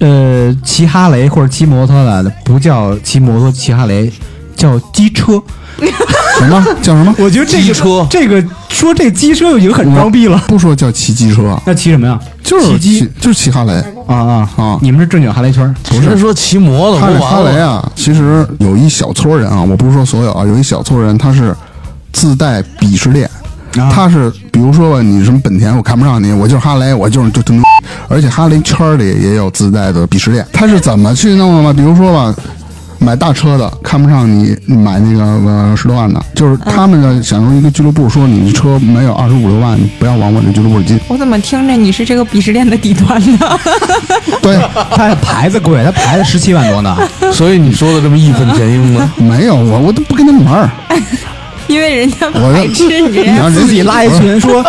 Speaker 1: 呃，骑哈雷或者骑摩托的不叫骑摩托骑哈雷，叫机车。
Speaker 2: 什么叫什么？
Speaker 1: 我觉得这个
Speaker 3: 机车
Speaker 1: 这个说这机车已经很装逼了。
Speaker 2: 不说叫骑机车，
Speaker 1: 那骑什么呀？
Speaker 2: 就是
Speaker 1: 骑
Speaker 2: 骑
Speaker 1: 机
Speaker 2: 就是骑哈雷。
Speaker 1: 啊啊
Speaker 2: 啊
Speaker 1: 你们是正经哈雷圈儿，
Speaker 3: 不是说骑摩托
Speaker 2: 哈
Speaker 3: 不
Speaker 2: 雷
Speaker 3: 哦完
Speaker 2: 哈雷
Speaker 3: 了。
Speaker 2: 啊，其实有一小撮人啊，我不是说所有啊，有一小撮人他是自带鄙视链。
Speaker 1: 啊
Speaker 2: 他是比如说吧，你什么本田，我看不上你，我就是哈雷，我就是就就牛。而且哈雷圈儿里也有自带的鄙视链，他是怎么去弄的吗？比如说吧，买大车的看不上你，买那个呃十多万的，就是他们的想用一个俱乐部说你车没有二十五六万，你不要往我这俱乐部里 进。
Speaker 4: 我怎么听着你是这个鄙视链的底端呢？
Speaker 2: 对，
Speaker 1: 他牌子贵，他牌子十七万多呢。
Speaker 3: 所以你说的这么义愤填膺吗？
Speaker 2: 没有我，我都不跟他们玩儿。
Speaker 4: 因为人家
Speaker 2: 我
Speaker 4: 排斥你。
Speaker 2: 你 要
Speaker 1: 自己拉一群 说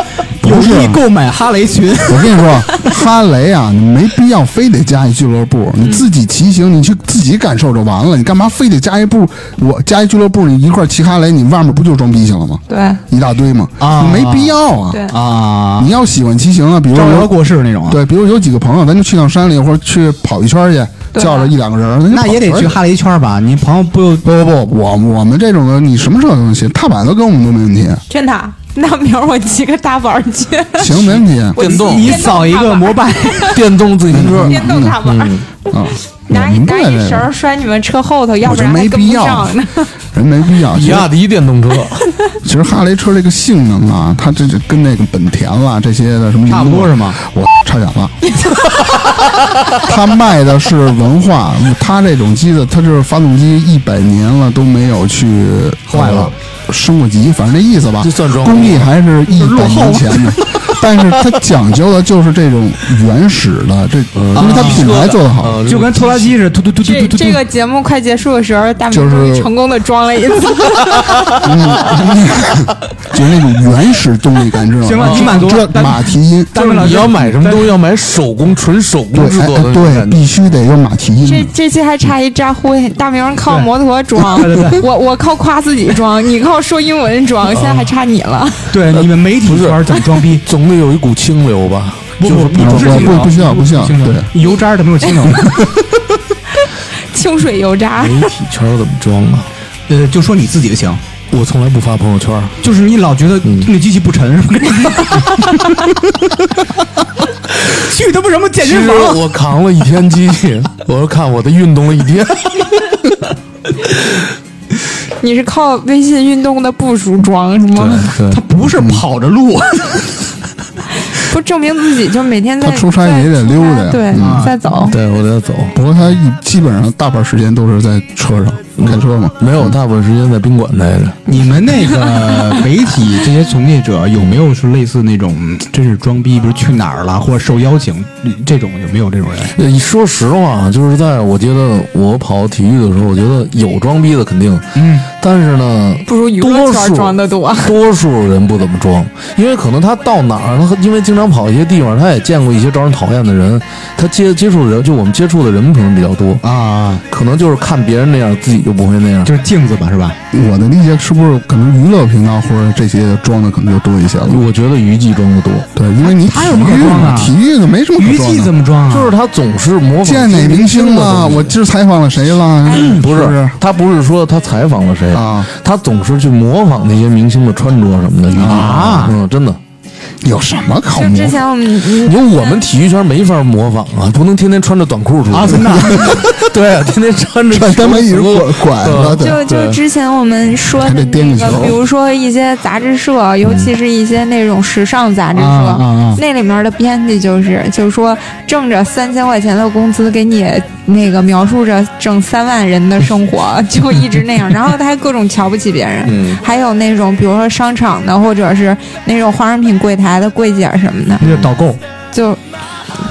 Speaker 1: 有
Speaker 2: 不是
Speaker 1: 意购买哈雷群，
Speaker 2: 我跟你说，哈雷啊，你没必要非得加一俱乐部，
Speaker 1: 嗯
Speaker 2: 你自己骑行，你去自己感受就完了。你干嘛非得加一部？我加一俱乐部，你一块儿骑哈雷，你外面不就装逼去了吗？
Speaker 4: 对
Speaker 2: 一大堆吗？
Speaker 1: 啊
Speaker 2: 没必要啊。
Speaker 4: 对，
Speaker 1: 啊，
Speaker 2: 你要喜欢骑行啊，比如
Speaker 1: 招摇
Speaker 2: 有
Speaker 1: 过市那种啊。，
Speaker 2: 对，比如有几个朋友，咱就去趟山里或者去跑一圈儿去，
Speaker 4: 对啊
Speaker 2: 叫着一两个人儿，咱就
Speaker 1: 那也得
Speaker 2: 跑一
Speaker 1: 去
Speaker 2: 圈儿。
Speaker 1: 哈雷圈儿吧？你朋友不
Speaker 2: 不不不，我我们这种的，你什么车都能骑，踏板都跟我们都没问题。
Speaker 4: 真的啊，那明儿我骑个大板儿 去，
Speaker 2: 行，没问题
Speaker 4: 我
Speaker 3: 电动
Speaker 1: 你
Speaker 4: 电动
Speaker 1: 扫一
Speaker 4: 踏
Speaker 1: 个
Speaker 4: 板
Speaker 1: 摩拜，
Speaker 3: 电动自行车，
Speaker 4: 电动踏板儿，
Speaker 2: 啊。
Speaker 4: 拿一
Speaker 2: 明
Speaker 4: 拿
Speaker 2: 白
Speaker 4: 一
Speaker 2: 这
Speaker 4: 绳
Speaker 2: 个，
Speaker 4: 儿拴你们车后头，要
Speaker 2: 我
Speaker 4: 不
Speaker 2: 就
Speaker 4: 然还
Speaker 2: 没
Speaker 4: 跟
Speaker 2: 必
Speaker 4: 不
Speaker 2: 要
Speaker 4: 上呢。
Speaker 2: 人没 必要。其
Speaker 3: 比
Speaker 2: 实
Speaker 3: 亚迪电 动车，
Speaker 2: 其实哈雷车这个性能啊，它这这跟那个本田啦这些的什么啊
Speaker 1: 差不多是吗？
Speaker 2: 我差远了。 它卖的是文化，它这种机子，它就是发动机一百年了都没有去
Speaker 1: 坏了、
Speaker 2: 呃升过级，反正这意思吧。
Speaker 3: 这算装
Speaker 2: 工艺还是一百 年前的。但是它讲究的就是这种原始的，这
Speaker 1: 呃
Speaker 2: 因为它品牌做得好，
Speaker 3: 啊
Speaker 1: 就跟拖拉机似的，突突突突
Speaker 4: 这
Speaker 1: 突突。
Speaker 4: 这个节目快结束的时候，大明
Speaker 2: 就是
Speaker 4: 终于成功的装了一次。
Speaker 2: 就是那种原始动力感，知道吗？
Speaker 1: 行了你满足了
Speaker 2: 知道
Speaker 1: 但
Speaker 2: 马蹄音，
Speaker 1: 但
Speaker 3: 就是你要买什么东西，要买手工纯手
Speaker 2: 对，
Speaker 3: 工制
Speaker 2: 哎
Speaker 3: 作
Speaker 2: 哎对，
Speaker 3: 的，
Speaker 2: 必须得用马蹄
Speaker 4: 这
Speaker 2: 音。
Speaker 4: 这期还差一扎呼，大明靠摩托装
Speaker 1: 对对，
Speaker 4: 我我靠夸自己装，你靠说英文
Speaker 2: 啊
Speaker 4: 装，现在还差你了。
Speaker 1: 对你们媒体
Speaker 3: 不是
Speaker 1: 圈怎么装逼？
Speaker 3: 总得有一股清流吧？
Speaker 1: 不
Speaker 3: 就是
Speaker 1: 不
Speaker 3: 不
Speaker 1: 不
Speaker 3: 装
Speaker 1: 是
Speaker 3: 逼
Speaker 1: 清
Speaker 2: 不
Speaker 1: 流，
Speaker 2: 不需要不需要
Speaker 1: 清流
Speaker 2: 对
Speaker 1: 你油渣怎么有清流？
Speaker 4: 清水油
Speaker 2: 哎
Speaker 4: 炸，
Speaker 3: 媒体圈怎么装啊？
Speaker 1: 呃，就说你自己的行，
Speaker 3: 我从来不发朋友圈，
Speaker 1: 就是你老觉得那机器不沉，是吧？ 去他妈什么健
Speaker 3: 其实
Speaker 1: 身房？
Speaker 3: 我扛了一天机 器，我说看我的运动了一天，
Speaker 4: 你是靠微信运动的步数装是吗？
Speaker 1: 他不是跑着录，
Speaker 4: 不证明自己就每天在
Speaker 2: 他出差
Speaker 4: 在
Speaker 2: 也得溜达呀
Speaker 4: 出差对
Speaker 2: 嗯，
Speaker 4: 在走。
Speaker 3: 对，我得走。
Speaker 2: 不过他一基本上大半时间都是在车上开车嘛，
Speaker 3: 嗯没有，大部分时间在宾馆待着。
Speaker 1: 你们那个媒体这些从业者有没有是类似那种嗯真是装逼，比如去哪儿了或者受邀请这种有没有这种人？
Speaker 3: 呃说实话，就是在我觉得我跑体育的时候，我觉得有装逼的肯定，
Speaker 1: 嗯，
Speaker 3: 但是呢，
Speaker 4: 不如娱乐
Speaker 3: 多
Speaker 4: 圈
Speaker 3: 数
Speaker 4: 装的多。
Speaker 3: 多数人不怎么装，因为可能他到哪儿，他因为经常跑一些地方，他也见过一些招人讨厌的人，他接接触人就我们接触的人可能比较多，
Speaker 1: 啊，
Speaker 3: 可能就是看别人那样，自己就不会那样。
Speaker 1: 就是镜子吧，是吧？
Speaker 2: 我的理解是不是可能娱乐频道或者这些装的可能就多一些了？
Speaker 3: 我觉得娱记装的多，
Speaker 2: 对，因为你体
Speaker 1: 他有什么可
Speaker 2: 育
Speaker 1: 装
Speaker 2: 嘛，
Speaker 1: 的
Speaker 2: 体育的没什么可
Speaker 1: 娱
Speaker 2: 装
Speaker 1: 记怎
Speaker 2: 的。
Speaker 1: 么装啊？
Speaker 3: 就是他总是模
Speaker 2: 嗯
Speaker 3: 仿
Speaker 2: 见哪明星了？
Speaker 3: 了，
Speaker 2: 我今儿采访了谁了？
Speaker 3: 啊嗯不
Speaker 2: 是
Speaker 3: 是他不是说他采访了谁
Speaker 2: 啊，
Speaker 3: 他总是去模仿那些明星的穿着什么的
Speaker 1: 啊
Speaker 3: 嗯，真的，
Speaker 2: 有什么可
Speaker 4: 就
Speaker 2: 模
Speaker 4: 之
Speaker 2: 仿？
Speaker 4: 前我们嗯
Speaker 3: 因为我们体育圈没法模仿啊，不能天天穿着短裤出去。
Speaker 1: 啊，真的啊，
Speaker 3: 对，天天穿着
Speaker 2: 穿他们一直
Speaker 3: 球
Speaker 2: 拐拐着的，
Speaker 4: 就就之前我们说
Speaker 2: 还
Speaker 4: 的
Speaker 2: 得
Speaker 4: 那
Speaker 2: 颠个
Speaker 4: 个
Speaker 2: 球，
Speaker 4: 比如说一些杂志社，尤其是一些那种时尚杂志社，
Speaker 1: 啊啊
Speaker 4: 那里面的编辑就是，就是说挣着三千块钱的工资，给你那个描述着挣三万人的生活，就一直那样。然后他还各种瞧不起别人，
Speaker 3: 嗯
Speaker 4: 还有那种比如说商场的，或者是那种化妆品柜台的柜姐什么的，
Speaker 1: 那就导购
Speaker 4: 就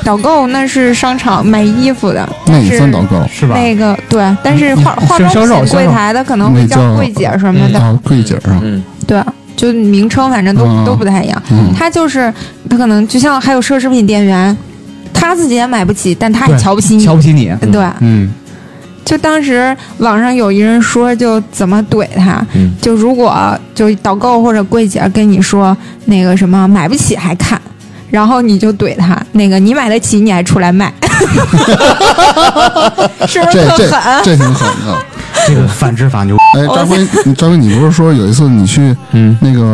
Speaker 4: 导购那是商场卖衣服的，
Speaker 2: 那也
Speaker 4: 是
Speaker 2: 算导购
Speaker 1: 是吧？
Speaker 4: 那个对，但是化
Speaker 1: 嗯
Speaker 4: 化妆
Speaker 1: 销售
Speaker 4: 品
Speaker 1: 销售
Speaker 4: 柜台的可
Speaker 1: 嗯
Speaker 4: 能会
Speaker 2: 那
Speaker 4: 叫
Speaker 2: 叫
Speaker 4: 柜姐什么的，
Speaker 2: 啊，柜姐啊，
Speaker 3: 嗯，
Speaker 4: 对，就名称反正都、
Speaker 2: 嗯
Speaker 4: 都不太一样。
Speaker 2: 嗯，
Speaker 4: 他就是他可能就像还有奢侈品店员，他自己也买不起，但他也
Speaker 1: 对
Speaker 4: 瞧不起你。
Speaker 1: 瞧不起你，
Speaker 4: 对，
Speaker 1: 嗯，
Speaker 4: 就当时网上有一人说，就怎么怼他，
Speaker 3: 嗯
Speaker 4: 就如果就导购或者柜姐跟你说那个什么买不起还看，然后你就怼他，那个你买得起你还出 来卖，是不是
Speaker 2: 这
Speaker 4: 特
Speaker 2: 这
Speaker 4: 狠？
Speaker 2: 这挺狠的。
Speaker 1: 这个反制法牛，
Speaker 2: 哎，张辉，你张辉，你不是说有一次你去
Speaker 3: 嗯
Speaker 2: 那个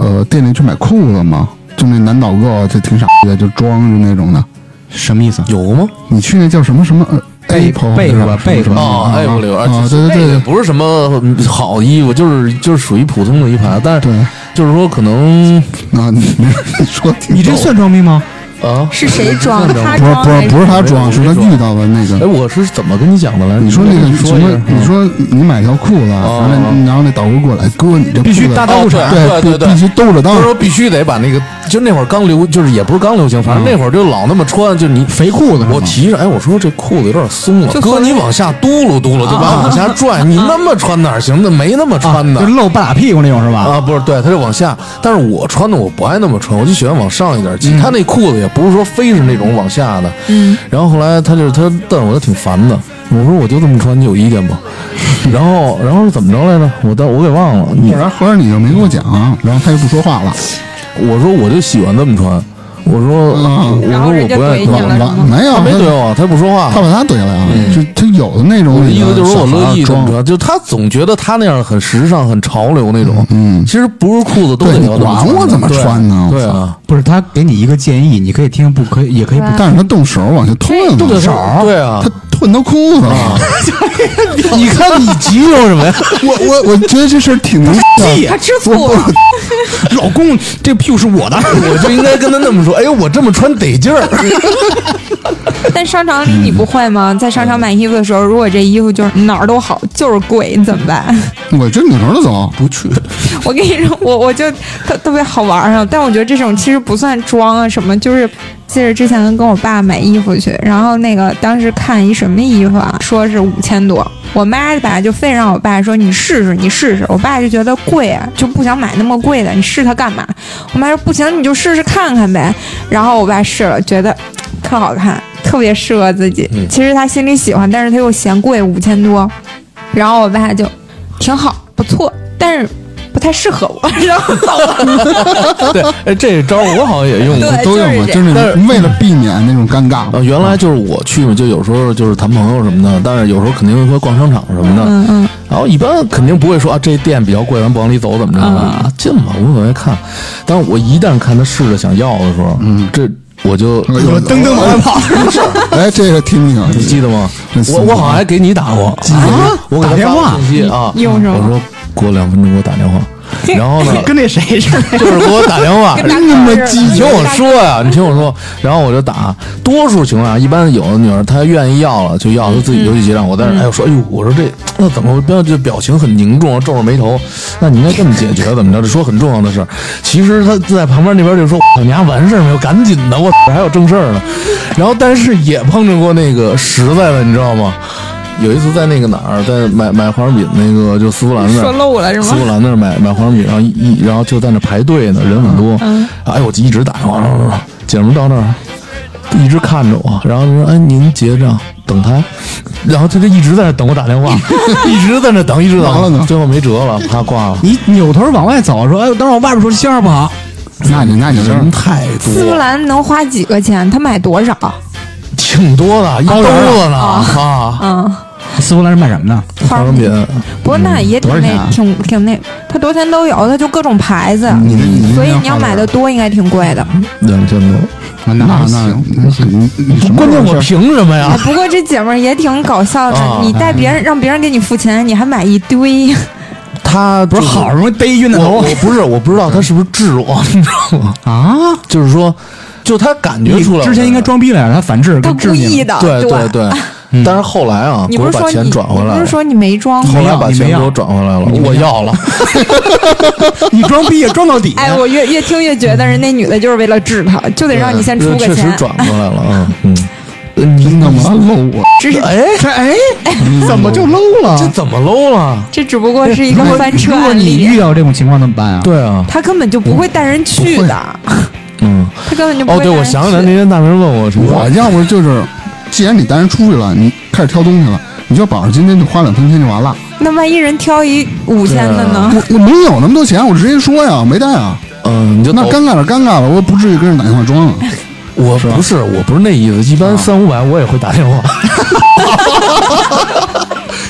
Speaker 2: 呃店里去买裤子吗？就那男导购就挺傻逼的，就装就那种的。
Speaker 1: 什么意思？啊
Speaker 3: 有吗？
Speaker 2: 你去那叫什么什么呃
Speaker 1: 贝
Speaker 2: Apple
Speaker 1: 贝
Speaker 2: 是
Speaker 1: 吧贝
Speaker 2: 什么什么
Speaker 3: 哦
Speaker 2: 啊
Speaker 3: ，Apple 里边
Speaker 2: 啊，对对对
Speaker 3: 不是什么好衣服，就是就是属于普通的一盘，但是
Speaker 2: 对，
Speaker 3: 就是说可能
Speaker 2: 啊，你 你你说挺
Speaker 1: 你这
Speaker 2: 逗
Speaker 1: 算装逼吗？
Speaker 3: 啊，
Speaker 4: 是谁装？他
Speaker 2: 不是
Speaker 4: 装
Speaker 2: 不
Speaker 4: 还
Speaker 2: 是不是他装，是他遇到的那
Speaker 3: 哎，
Speaker 2: 个。
Speaker 3: 我是怎么跟你讲的来着？
Speaker 2: 你说那个
Speaker 3: 呃你
Speaker 2: 什
Speaker 3: 说一
Speaker 2: 么
Speaker 3: 下？嗯
Speaker 2: 你说你买条裤子，然后那然后那导购过来，哎哥，你这
Speaker 1: 必须
Speaker 2: 裤子
Speaker 1: 大
Speaker 3: 哦
Speaker 1: 裆裤衩，
Speaker 3: 对
Speaker 2: 对
Speaker 3: 对对
Speaker 2: 必须兜着
Speaker 3: 就是
Speaker 2: 裆，
Speaker 3: 说必须得把那个，就那会儿刚流，就是也不是刚流行，反正那会儿就老那么穿，就你
Speaker 1: 嗯肥裤子是吗
Speaker 3: 我提着，哎，我说这裤子有点松了，
Speaker 4: 就
Speaker 3: 哥
Speaker 4: 松
Speaker 3: 你往下嘟噜嘟噜，就把往下拽，你那么穿哪儿行的？没那么
Speaker 1: 啊
Speaker 3: 穿的
Speaker 1: 就。露半拉屁股那种是吧？
Speaker 3: 啊，不是，对，他就往下，但是我穿的我不爱那么穿，我就喜欢往上一点系。
Speaker 1: 嗯
Speaker 3: 他那裤子也不是说非是那种往下的，嗯。然后后来他就是他，但我就挺烦的，我说我就这么穿，你有意见吗？ 然后然后是怎么着来着？我但我给忘了。你
Speaker 2: 然后合着你就没跟我讲，然后他就不说话了。
Speaker 3: 我说我就喜欢这么穿，我说
Speaker 2: 啊
Speaker 3: 我
Speaker 4: 然
Speaker 3: 说
Speaker 4: 后
Speaker 3: 我
Speaker 4: 人家
Speaker 3: 不愿意
Speaker 4: 怼你
Speaker 3: 动
Speaker 4: 了，是吗？
Speaker 2: 没有
Speaker 3: 他没怼我，他不说话
Speaker 2: 他。把他怼了啊！就他有的那种
Speaker 3: 我的意思就是
Speaker 2: 小
Speaker 3: 我
Speaker 2: 孩
Speaker 3: 乐意怎
Speaker 2: 装，
Speaker 3: 么着，就他总觉得他那样很时尚、很潮流那种。嗯，其实不是裤子都得
Speaker 2: 对
Speaker 3: 要这么
Speaker 2: 你管我怎么
Speaker 3: 对
Speaker 2: 穿呢
Speaker 3: 对
Speaker 2: 我
Speaker 3: 啊，
Speaker 1: 不是他给你一个建议，你可以听，不可以也可以不听。
Speaker 2: 但是他动手往下吞了，
Speaker 3: 对对啊
Speaker 2: 他，吞到裤子了。
Speaker 1: 你看你急有什么呀？
Speaker 2: 我我我觉得这事儿挺能
Speaker 4: 他吃醋了，
Speaker 1: 老公，这屁股是我的。
Speaker 3: 我就应该跟他那么说。哎呦，我这么穿得劲儿。
Speaker 4: 但商场里你不会吗？在商场买衣服的时候，如果这衣服就是哪儿都好，就是贵，你怎么办？
Speaker 2: 我这扭头就走，
Speaker 3: 不去，
Speaker 4: 我跟你说，我我就特特别好玩儿啊，但我觉得这种其实不算装啊什么，就是记得之前跟我爸买衣服去，然后那个当时看一什么衣服啊，说是五千多，我妈吧就非让我爸说你试试你试试，我爸就觉得贵啊，就不想买那么贵的，你试它干嘛？我妈说不行，你就试试看看呗。然后我爸试了，觉得特好看，特别适合自己。其实他心里喜欢，但是他又嫌贵，五千多。然后我爸就挺好，不错，但是不太适合我， 然后走了。
Speaker 3: 对，哎，这招我好像也用过
Speaker 4: 对。
Speaker 2: 都有嘛，就
Speaker 4: 就是这
Speaker 2: 是哦那
Speaker 3: 但
Speaker 2: 种为了避免那种尴尬
Speaker 3: 啊，。原来就是我去嘛，就有时候就是谈朋友什么的，但是有时候肯定会逛商场什么的。
Speaker 4: 嗯嗯，
Speaker 3: 然后一般肯定不会说啊，这店比较贵，咱不往里走怎么着的啊，进吧，无所谓看。但是我一旦看他试着想要的时候，嗯，这我就
Speaker 2: 有
Speaker 1: 噔噔往外跑，
Speaker 2: 哎，这个听听，
Speaker 3: 你记得吗
Speaker 2: 真？是
Speaker 3: 我我好像还给你打过，啊，我给他
Speaker 1: 打电话
Speaker 3: 发过信息啊，
Speaker 4: 用什么
Speaker 3: 我说过两分钟给我打电话，然后呢，
Speaker 1: 跟那谁似的。
Speaker 3: 就是给我打电话，
Speaker 4: 跟打嗝似的
Speaker 3: 你听我说呀、你听我说，然后我就打。多数情况下，一般有的女儿她愿意要了就要，她自己就去结账。我但是哎呦说，哎呦，我说这那怎么回事？这表情很凝重，皱着眉头。那你应该这么解决，怎么着？这说很重要的事儿。其实她在旁边那边就说：“我操你丫完事儿没有？赶紧的，我还有正事儿呢。”然后但是也碰着过那个实在的，你知道吗？有一次在那个哪儿，在买买化妆品那个就丝芙兰那儿，
Speaker 4: 说漏 了是
Speaker 3: 丝
Speaker 4: 吗
Speaker 3: 芙？兰那儿买买化妆品，然后一一然后就在那排队呢，人很多。哎，我就一直打电话，嗯姐们儿到那儿一直看着我，然后就说：“哎，您结账，等他。”然后他就一直在那等我打电话，一直在那等，一直
Speaker 2: 完了
Speaker 3: 等
Speaker 2: 呢，
Speaker 3: 最后没辙了，怕挂了。
Speaker 1: 你扭头往外走，说：“哎，等会儿我外边说信号不好。
Speaker 2: 那你那你这
Speaker 3: 人太
Speaker 4: 丝芙
Speaker 3: 多了，
Speaker 4: 兰能花几个钱？他买多少？
Speaker 3: 挺多的，一兜子呢啊！
Speaker 4: 嗯，”
Speaker 1: 丝芙兰是卖什么的？
Speaker 4: 花
Speaker 3: 化妆品，
Speaker 4: 不过那也挺
Speaker 1: 多少
Speaker 4: 那、
Speaker 1: 钱啊
Speaker 4: 挺挺那，它多钱都有，它就各种牌子，
Speaker 2: 你这你这
Speaker 4: 所以
Speaker 2: 样
Speaker 4: 你要
Speaker 2: 花
Speaker 4: 买的多，应该挺贵的。
Speaker 3: 两千多。
Speaker 1: 那
Speaker 2: 那那那行，你什么
Speaker 3: 关键我凭什么
Speaker 4: 啊
Speaker 3: 呀？，
Speaker 4: 不过这姐们儿也挺搞笑的，
Speaker 3: 啊
Speaker 4: 你带别人让别人给你付钱，你还买一堆，
Speaker 3: 他
Speaker 1: 不是好容易逮晕的
Speaker 3: 我
Speaker 1: 头
Speaker 3: 我不是我不知道他是不是治我，你知道吗？
Speaker 1: 啊！
Speaker 3: 就是说，就他感觉
Speaker 1: 你
Speaker 3: 出来了。
Speaker 1: 之前应该装逼来着，他反制，
Speaker 4: 他
Speaker 1: 跟制
Speaker 4: 故意
Speaker 1: 你了。
Speaker 4: 的，
Speaker 3: 对
Speaker 4: 对
Speaker 3: 对 对，但是后来啊，
Speaker 4: 你
Speaker 3: 给
Speaker 4: 不
Speaker 3: 我
Speaker 4: 是
Speaker 3: 把
Speaker 4: 说
Speaker 3: 钱
Speaker 4: 你，
Speaker 3: 转回
Speaker 4: 你
Speaker 3: 来
Speaker 4: 不
Speaker 3: 了
Speaker 4: 是。说你没装
Speaker 3: 后
Speaker 4: 吗？
Speaker 3: 来把
Speaker 1: 你
Speaker 3: 钱
Speaker 1: 没
Speaker 3: 给
Speaker 1: 要
Speaker 3: 我转回来了，我要了。
Speaker 1: 你装逼也装到底。
Speaker 4: 哎，我越越听越觉得人那女的就是为了治他，就 得让你先出个
Speaker 3: 对确实
Speaker 4: 钱，
Speaker 3: 转回来了啊， 嗯。
Speaker 2: 你怎么搂我？
Speaker 4: 这是
Speaker 3: 哎，
Speaker 1: 这哎，怎么就 low
Speaker 3: 嗯这
Speaker 1: 了？
Speaker 3: 怎么搂了？
Speaker 4: 这只不过是一个翻车
Speaker 1: 如果
Speaker 4: 案
Speaker 1: 你遇
Speaker 4: 例，
Speaker 1: 到这种情况怎么办啊？
Speaker 3: 对啊，
Speaker 4: 他根本就不会带人去的，
Speaker 3: 嗯，
Speaker 4: 他根本就不
Speaker 3: 哦，
Speaker 4: 会带人去。
Speaker 3: 对，我想起来那天大明问我什
Speaker 2: 我
Speaker 3: 么，
Speaker 2: 要不就是，既然你带人出去了，你开始挑东西了，你就保证今天就花两三千就完了。
Speaker 4: 那万一人挑一五千的呢？
Speaker 2: 我我没有那么多钱，我直接说呀，没带啊。
Speaker 3: 嗯，你就
Speaker 2: 那
Speaker 3: 抖
Speaker 2: 尴尬了，尴尬了，我不至于跟人打电话装 啊。
Speaker 3: 我不是，我不是那意思，一般三五百我也会打电话。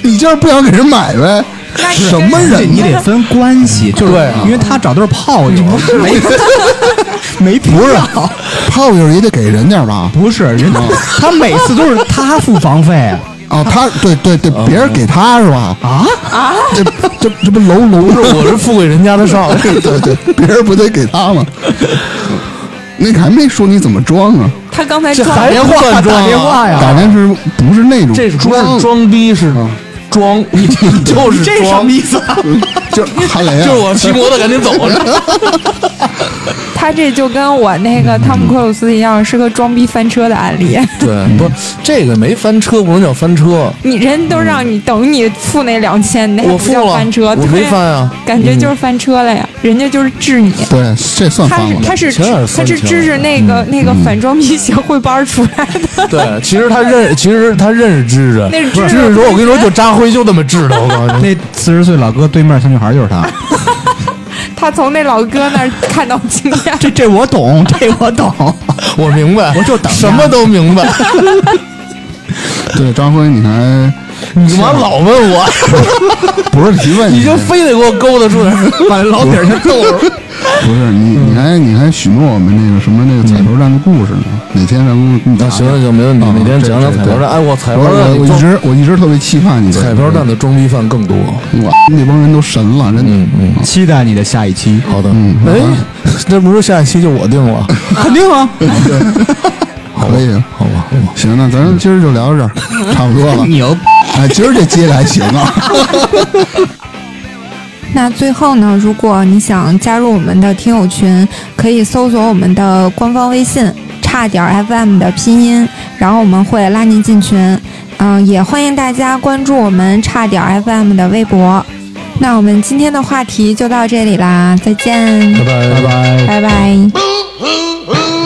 Speaker 2: 你就是不想给人买呗？
Speaker 4: 那你
Speaker 1: 什么人？你得分关系，就是
Speaker 3: 对啊
Speaker 1: 因为他找都是炮友， 没没必要。
Speaker 2: 炮友也得给人点吧？
Speaker 1: 不是人，
Speaker 3: 嗯
Speaker 1: 他每次都是他付房费
Speaker 2: 啊，他对对对，别人给他是吧？
Speaker 1: 啊，
Speaker 2: 这这这不楼楼
Speaker 3: 不是，我是富贵人家 的少，
Speaker 2: 对 对对，别人不得给他 吗？那个还没说你怎么装啊？
Speaker 4: 他刚才
Speaker 3: 这
Speaker 4: 撞
Speaker 3: 还
Speaker 1: 电
Speaker 3: 不
Speaker 1: 话
Speaker 3: 算装啊
Speaker 1: 打电话
Speaker 2: 打
Speaker 1: 呀，
Speaker 2: 电是不是那种
Speaker 3: 这不
Speaker 2: 装
Speaker 3: 是？装逼是 装，你你就是
Speaker 1: 嗯这什
Speaker 3: 装
Speaker 1: 么，意思啊？
Speaker 2: 就是哈雷啊，
Speaker 3: 就是 我骑摩托赶紧走着。
Speaker 4: 他这就跟我那个汤姆·克鲁斯一样，是个装逼翻车的案例。
Speaker 3: 对，不，这个没翻车，不能叫翻车，
Speaker 4: 你人都让你等你付那两千，那还
Speaker 3: 嗯我
Speaker 4: 不
Speaker 3: 付
Speaker 4: 叫
Speaker 3: 了
Speaker 4: 翻车，，
Speaker 3: 我
Speaker 4: 对
Speaker 3: 没
Speaker 4: 呀
Speaker 3: 翻啊。嗯
Speaker 4: 感觉就是翻车了呀，人家就是治你。
Speaker 2: 对，这算
Speaker 4: 他
Speaker 2: 翻
Speaker 4: 是
Speaker 2: 了。
Speaker 4: 他是
Speaker 3: 前耳
Speaker 4: 他
Speaker 3: 三
Speaker 4: 是
Speaker 3: 条
Speaker 4: 支持那
Speaker 3: 嗯
Speaker 4: 个那个反装逼协会班儿出来的，
Speaker 3: 对，其实他认，其实他认识知识，
Speaker 4: 那是
Speaker 3: 知
Speaker 4: 知识
Speaker 3: 识说，我跟你说，就扎灰就那么治的，我告诉你。
Speaker 1: 那四十岁老哥对面小女孩就是他，。
Speaker 4: 他从那老哥那儿看到惊讶
Speaker 1: 这这我懂，这我懂。
Speaker 3: 我明白，
Speaker 1: 我就等着
Speaker 3: 什么都明 白。
Speaker 2: 对，张辉，你还
Speaker 3: 你妈老问我，
Speaker 2: 不是提问，
Speaker 3: 啊 你就非得给我勾搭出 来，把老底儿先逗 着。
Speaker 2: 不是你，
Speaker 3: 嗯
Speaker 2: 你还你还许诺我们那个什么那个彩头站的故事呢？
Speaker 3: 嗯
Speaker 2: 哪天咱们你
Speaker 3: 那行了行，没问题，
Speaker 2: 啊
Speaker 3: 哪天讲讲
Speaker 2: 对
Speaker 3: 彩
Speaker 2: 对
Speaker 3: 票站。哎，我彩
Speaker 2: 我
Speaker 3: 票站，
Speaker 2: 我
Speaker 3: 你
Speaker 2: 我一
Speaker 3: 装
Speaker 2: 直我一直特别期盼你的
Speaker 3: 彩票站，的装逼犯更多。
Speaker 2: 哇，那帮人都神了，真的。
Speaker 3: 嗯嗯，
Speaker 1: 期待你的下一期，
Speaker 3: 好的。
Speaker 2: 嗯好
Speaker 3: 哎
Speaker 2: 吧，
Speaker 3: 那不是下一期就我定了？
Speaker 1: 肯定啊。
Speaker 2: 可以，
Speaker 3: 好吧，好吧。
Speaker 2: 行，那咱今儿就聊到这 儿，差不多了。
Speaker 1: 牛
Speaker 2: 哎，今儿这接的还行啊。
Speaker 4: 那最后呢，如果你想加入我们的听友群，可以搜索我们的官方微信“差点儿 FM” 的拼音，然后我们会拉您进群。嗯、也欢迎大家关注我们“差点儿 FM” 的微博。那我们今天的话题就到这里啦，再见，
Speaker 3: 拜拜
Speaker 1: 拜拜。
Speaker 4: 拜拜。
Speaker 5: Boo hoo hoo